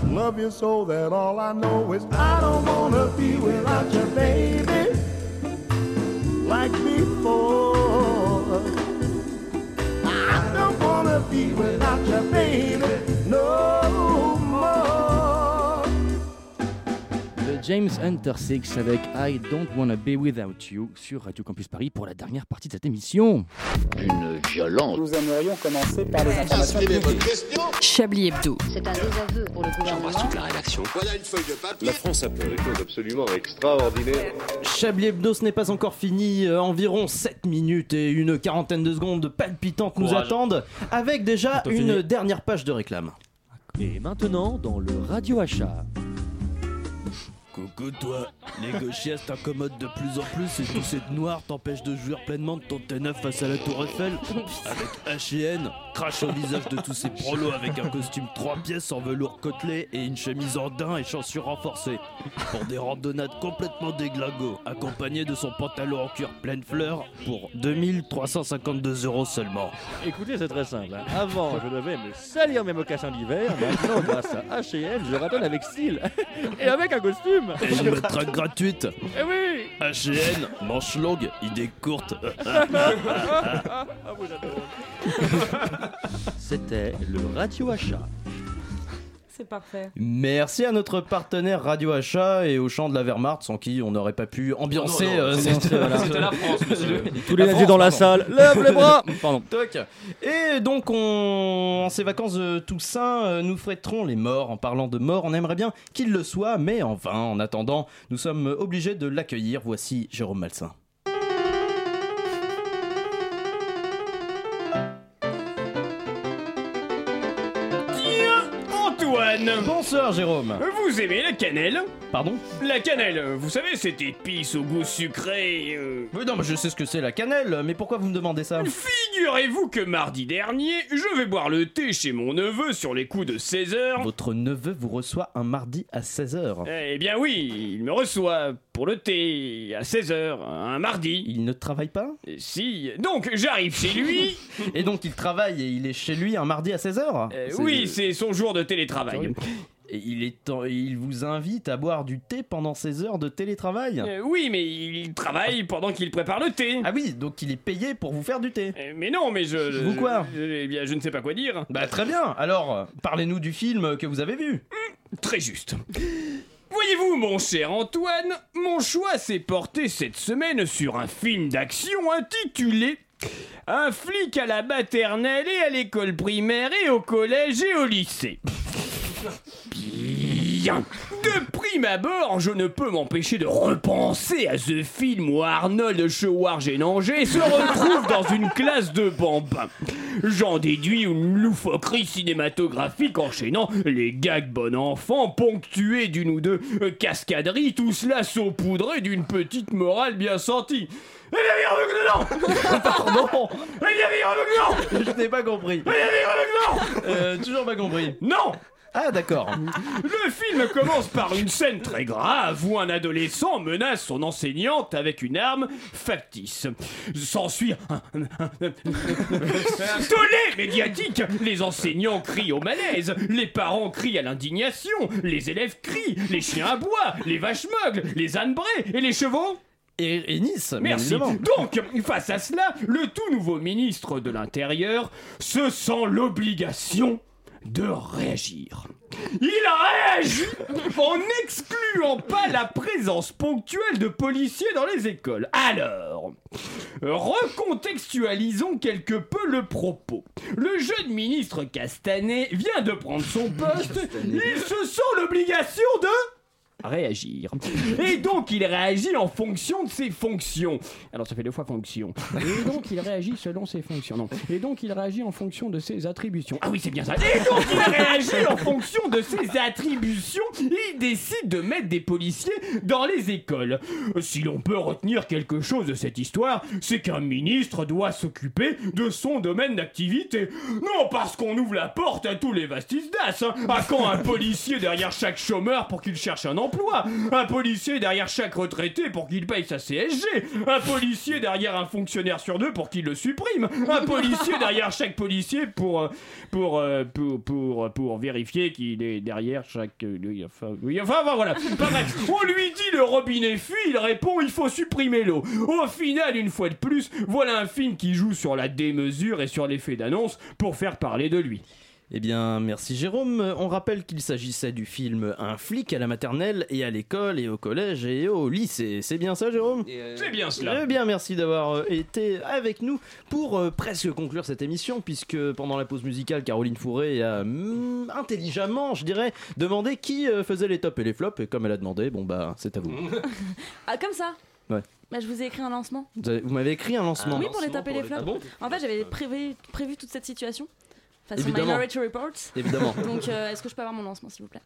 Speaker 16: Love you so that all I know is I don't wanna be without you, baby like before. I don't wanna be without you, baby, no more.
Speaker 5: De James Hunter Six avec I Don't Wanna Be Without You sur Radio Campus Paris pour la dernière partie de cette émission. Une violente.
Speaker 8: Nous aimerions commencer par les informations
Speaker 10: Chablis Hebdo.
Speaker 8: C'est un désaveu pour le gouvernement.
Speaker 7: la rédaction. Voilà une feuille de papier. La France a fait des choses absolument extraordinaires.
Speaker 5: Chablis Hebdo, ce n'est pas encore fini. Euh, environ 7 minutes et une quarantaine de secondes palpitantes nous
Speaker 4: Courage.
Speaker 5: attendent avec déjà
Speaker 4: Bientôt
Speaker 5: une
Speaker 4: fini.
Speaker 5: dernière page de réclame.
Speaker 4: Et maintenant, dans le radio achat.
Speaker 5: Coucou toi, les gauchias t'incommodent de plus en plus et tous ces noirs t'empêchent de jouir pleinement de ton T9 face à la Tour Eiffel avec H&N, crache au visage de tous ces prolos avec un costume 3 pièces en velours côtelé et une chemise en daim et chaussures renforcées pour des randonnades complètement déglingos accompagné de son pantalon en cuir pleine fleur pour 2352 euros seulement.
Speaker 4: Écoutez, c'est très simple. hein. Avant, je devais me salir mes mocassins d'hiver. Maintenant, grâce à H&M, je ratonne avec style. Et avec un costume.
Speaker 5: Et une matraque gratuite
Speaker 4: Eh oui
Speaker 5: H&N, manche longue, idée courte
Speaker 4: Ah, vous adorez.
Speaker 5: C'était le Radio Achat.
Speaker 2: C'est parfait.
Speaker 5: Merci à notre partenaire Radio Achat et au champ de la Wehrmacht, sans qui on n'aurait pas pu ambiancer
Speaker 4: Non, non,
Speaker 5: euh,
Speaker 4: c'est-
Speaker 5: cette-
Speaker 4: c'est-
Speaker 5: voilà.
Speaker 4: c'était la France, monsieur. Tous
Speaker 5: La
Speaker 4: les nazis dans la salle, lève les bras Pardon.
Speaker 5: Toc. Et donc, on, en ces vacances de Toussaint, euh, nous fêterons les morts. En parlant de morts, on aimerait bien qu'il le soit, mais en vain. En attendant, nous sommes obligés de l'accueillir. Voici Jérôme Malsain.
Speaker 13: Tiens, Antoine
Speaker 5: Bonsoir Jérôme
Speaker 13: Vous aimez la cannelle
Speaker 5: Pardon
Speaker 13: La cannelle, vous savez, cette épice au goût sucré. euh.
Speaker 5: Mais non, mais je sais ce que c'est la cannelle, mais pourquoi vous me demandez ça
Speaker 13: Figurez-vous que mardi dernier, je vais boire le thé chez mon neveu sur les coups de 16h.
Speaker 5: Votre neveu vous reçoit un mardi à 16h.
Speaker 13: Eh bien oui, il me reçoit pour le thé à 16h, un mardi.
Speaker 5: Il ne travaille pas
Speaker 13: Si, donc j'arrive chez lui.
Speaker 5: Et donc il travaille et il est chez lui un mardi à 16h
Speaker 13: Euh, oui, c'est son jour de télétravail.
Speaker 5: Et il, est temps- et il vous invite à boire du thé pendant 16 heures de télétravail
Speaker 13: Euh, oui, mais il travaille pendant qu'il prépare le thé.
Speaker 5: Ah oui, donc il est payé pour vous faire du thé.
Speaker 13: Eh, Mais non, mais je.
Speaker 5: Vous quoi
Speaker 13: je- Eh bien, je ne sais pas quoi dire.
Speaker 5: Bah très bien, alors euh, parlez-nous du film que vous avez vu.
Speaker 13: Hmm, Très juste. Voyez-vous, mon cher Antoine, mon choix s'est porté cette semaine sur un film d'action intitulé Un flic à la maternelle et à l'école primaire et au collège et au lycée. Bien. De prime abord, je ne peux m'empêcher de repenser à ce film où Arnold Schwarzenegger se retrouve dans une classe de bambins. J'en déduis une loufoquerie cinématographique enchaînant les gags bon enfant ponctués d'une ou deux euh, cascaderies, tout cela saupoudré d'une petite morale bien sentie. Eh bien, vire avec le nom
Speaker 5: Pardon
Speaker 13: Eh bien, vire avec le nom
Speaker 5: Je n'ai pas compris.
Speaker 13: Eh bien, vire avec le nom
Speaker 5: Euh, toujours pas compris.
Speaker 13: non
Speaker 5: Ah, d'accord.
Speaker 13: Le film commence par une scène très grave où un adolescent menace son enseignante avec une arme factice. S'ensuit un- un- un- un tollé médiatique. Les enseignants crient au malaise, les parents crient à l'indignation, les élèves crient, les chiens aboient, les vaches meugles, les ânes brés et les chevaux.
Speaker 5: Et, Nice, bien
Speaker 13: Merci.
Speaker 5: évidemment.
Speaker 13: Donc, face à cela, le tout nouveau ministre de l'Intérieur se sent l'obligation de réagir. Il réagit en n'excluant pas la présence ponctuelle de policiers dans les écoles. Alors, recontextualisons quelque peu le propos. Le jeune ministre Castanet vient de prendre son poste. Il se sent l'obligation de réagir. Et donc il réagit en fonction de ses fonctions. Alors ça fait deux fois fonction. Et donc il réagit selon ses fonctions. Non. Et donc il réagit en fonction de ses attributions. Ah oui, c'est bien ça. Et donc il réagit en fonction de ses attributions. Il décide de mettre des policiers dans les écoles. Si l'on peut retenir quelque chose de cette histoire, c'est qu'un ministre doit s'occuper de son domaine d'activité. Non parce qu'on ouvre la porte à tous les vastisdas. hein. À quand un policier derrière chaque chômeur pour qu'il cherche un emploi Un policier derrière chaque retraité pour qu'il paye sa CSG Un policier derrière un fonctionnaire sur deux pour qu'il le supprime Un policier derrière chaque policier pour, euh, pour, euh, pour, pour, pour vérifier qu'il est derrière chaque... euh, lui, Enfin, oui, enfin, enfin, voilà. Pas bref. On lui dit le robinet fuit, il répond il faut supprimer l'eau. Au final, une fois de plus, voilà un film qui joue sur la démesure et sur l'effet d'annonce pour faire parler de lui.
Speaker 5: Eh bien, merci Jérôme. Euh, On rappelle qu'il s'agissait du film Un flic à la maternelle et à l'école et au collège et au lycée. C'est bien ça, Jérôme
Speaker 13: C'est bien cela.
Speaker 5: Eh bien, merci d'avoir euh, été avec nous pour euh, presque conclure cette émission, puisque pendant la pause musicale, Caroline Fourré a hum, intelligemment, je dirais, demandé qui euh, faisait les tops et les flops. Et comme elle a demandé, bon bah, c'est à vous.
Speaker 2: Ah, comme ça
Speaker 5: Ouais.
Speaker 2: Bah, Je vous ai écrit un lancement.
Speaker 5: Vous, avez- vous m'avez écrit un lancement. Ah
Speaker 2: oui, pour les taper les Ah flops. en fait, j'avais prévu, prévu toute cette situation. Façon
Speaker 5: Évidemment.
Speaker 2: Minority Report.
Speaker 5: Évidemment.
Speaker 2: Donc, euh, est-ce que je peux avoir mon lancement, s'il vous plaît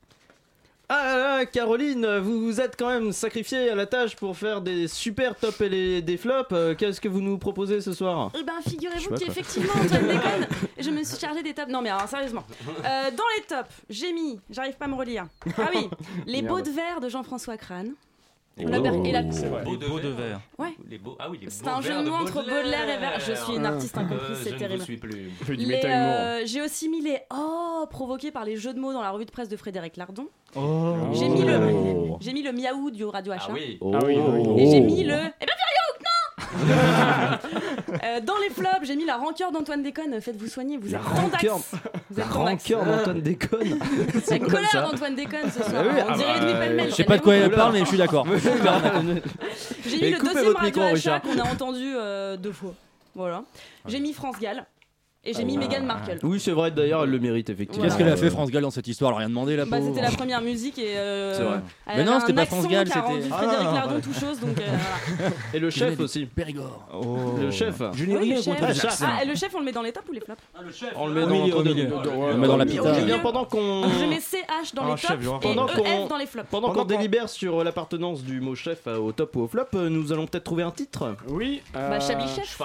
Speaker 5: Ah là là, Caroline, vous vous êtes quand même sacrifiée à la tâche pour faire des super tops et les- des flops. Euh, Qu'est-ce que vous nous proposez ce soir
Speaker 2: Eh ben,
Speaker 5: Je sais
Speaker 2: figurez-vous
Speaker 5: pas,
Speaker 2: qu'effectivement, Antoine déconne. Je me suis chargée des tops. Non, mais alors, sérieusement. Euh, dans les tops, j'ai mis, j'arrive pas à me relire. Ah oui, les
Speaker 1: Merde.
Speaker 2: beaux de verre de Jean-François Crane.
Speaker 1: Les
Speaker 5: oh.
Speaker 2: La per- et la-
Speaker 1: beaux de, verre.
Speaker 2: Ouais.
Speaker 3: Les beaux, ah oui, les
Speaker 2: C'est
Speaker 3: beaux
Speaker 2: un jeu
Speaker 3: vers
Speaker 2: de mots
Speaker 3: Baudelaire.
Speaker 2: entre Baudelaire et Verlaine. Je suis une artiste incomprise,
Speaker 3: Euh,
Speaker 2: c'est terrible.
Speaker 3: Je ne vous suis plus.
Speaker 2: Les, euh, j'ai aussi mis les oh provoqués par les jeux de mots dans la revue de presse de Frédéric Lardon. Oh. J'ai mis
Speaker 5: Oh.
Speaker 2: le j'ai mis le miaou du Radio H1.
Speaker 3: oui.
Speaker 9: Ah oui, oui, oui.
Speaker 2: Et j'ai
Speaker 9: Oh.
Speaker 2: mis le eh ben Virgo, non. Euh, dans les flops, j'ai mis la rancœur d'Antoine Déconne. Faites-vous soigner, vous
Speaker 5: La
Speaker 2: êtes Randax.
Speaker 5: rancœur,
Speaker 2: Vous
Speaker 5: la
Speaker 2: êtes Randax.
Speaker 5: rancœur d'Antoine Déconne. C'est
Speaker 2: La
Speaker 5: comme
Speaker 2: colère
Speaker 5: ça.
Speaker 2: d'Antoine Déconne ce
Speaker 5: Ah
Speaker 2: soir.
Speaker 5: oui,
Speaker 2: On
Speaker 5: ah
Speaker 2: dirait
Speaker 5: bah,
Speaker 2: Edwy Pellemel,
Speaker 5: je
Speaker 14: sais pas de quoi elle
Speaker 2: regardez-vous.
Speaker 14: parle, mais je suis d'accord.
Speaker 2: J'ai
Speaker 14: Mais
Speaker 2: mis le
Speaker 14: coupez
Speaker 2: deuxième
Speaker 14: votre micro,
Speaker 2: radio achat
Speaker 14: Richard.
Speaker 2: qu'on a entendu euh, deux fois. Voilà. J'ai mis France Gall et j'ai mis
Speaker 5: Ah.
Speaker 2: Meghan Markle.
Speaker 5: Oui, c'est vrai, d'ailleurs, elle le mérite effectivement. Euh,
Speaker 2: Qu'est-ce qu'elle a fait,
Speaker 5: France Gall dans cette histoire Elle rien demandé là
Speaker 2: Bah, c'était la première musique et. euh,
Speaker 5: C'est vrai.
Speaker 2: elle
Speaker 5: Mais non,
Speaker 2: avait
Speaker 5: c'était
Speaker 2: un
Speaker 5: pas France
Speaker 2: accent
Speaker 5: Gall,
Speaker 2: qui a rendu
Speaker 5: c'était-
Speaker 2: Frédéric
Speaker 5: Ah, non,
Speaker 2: Lardon
Speaker 5: ouais.
Speaker 2: tout chose, donc. euh, voilà.
Speaker 5: Et le
Speaker 14: venait
Speaker 5: chef
Speaker 14: du
Speaker 5: aussi. Périgord. Le chef.
Speaker 2: Oui, le chef.
Speaker 5: Le chef. hein.
Speaker 2: Ah, le chef, on le met dans les tops ou les flops
Speaker 5: On Ah, le met
Speaker 14: Au
Speaker 5: dans
Speaker 14: milieu,
Speaker 5: entre
Speaker 14: au
Speaker 5: deux.
Speaker 14: milieu.
Speaker 5: Dans-
Speaker 14: On le met dans la pita.
Speaker 5: Au milieu. Eh bien, pendant qu'on
Speaker 2: Je mets CH dans
Speaker 5: Ah,
Speaker 2: les
Speaker 5: chef,
Speaker 2: tops
Speaker 5: Laurent.
Speaker 2: et
Speaker 5: Pendant qu'on-
Speaker 2: EF dans les flops.
Speaker 5: Pendant qu'on délibère sur l'appartenance du mot chef euh, au top ou au flop, euh, nous allons peut-être trouver un titre.
Speaker 13: Oui.
Speaker 2: Bah, Chablis
Speaker 5: euh,
Speaker 2: Chef.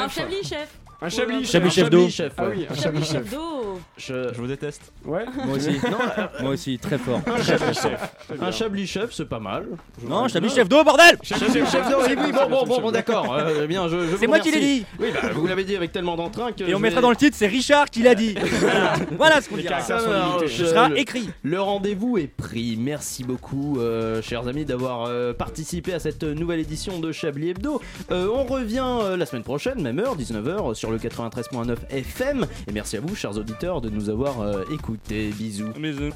Speaker 2: Un Chablis Chef.
Speaker 13: Un Chablis
Speaker 2: Voilà.
Speaker 13: Chef. Chablis Chef d'eau.
Speaker 5: chef,
Speaker 13: Ah
Speaker 5: ouais.
Speaker 13: oui, un
Speaker 2: Chablis Chef d'eau.
Speaker 5: Je...
Speaker 1: vous déteste.
Speaker 13: Ouais.
Speaker 14: Moi aussi.
Speaker 5: Non, euh,
Speaker 14: Moi aussi, très fort.
Speaker 5: Un chablis chef.
Speaker 14: Très bien.
Speaker 5: Un chablis chef, c'est pas mal.
Speaker 14: Non, chablis chef d'eau, bordel
Speaker 5: Chablis chef d'eau, oui, oui, bon, bon, bon, bon, d'accord. euh, eh bien, je, je vous
Speaker 14: C'est moi qui l'ai
Speaker 5: remercie.
Speaker 14: dit.
Speaker 5: Oui, bah, vous l'avez dit avec tellement d'entrain que.
Speaker 14: Et on
Speaker 5: je
Speaker 14: mettra
Speaker 5: vais-
Speaker 14: dans le titre, c'est Richard qui l'a dit. Voilà ce qu'on
Speaker 5: Les
Speaker 14: dira.
Speaker 5: caractères sont limités.
Speaker 14: Ce sera
Speaker 5: Le-
Speaker 14: écrit.
Speaker 5: Le rendez-vous est pris. Merci beaucoup, euh, chers amis, d'avoir euh, participé à cette nouvelle édition de Chablis Hebdo. Euh, on revient euh, la semaine prochaine, même heure, 19h, sur le 93.9 FM. Et merci à vous, chers auditeurs, de nous avoir euh, écoutés. Bisous. Bisous.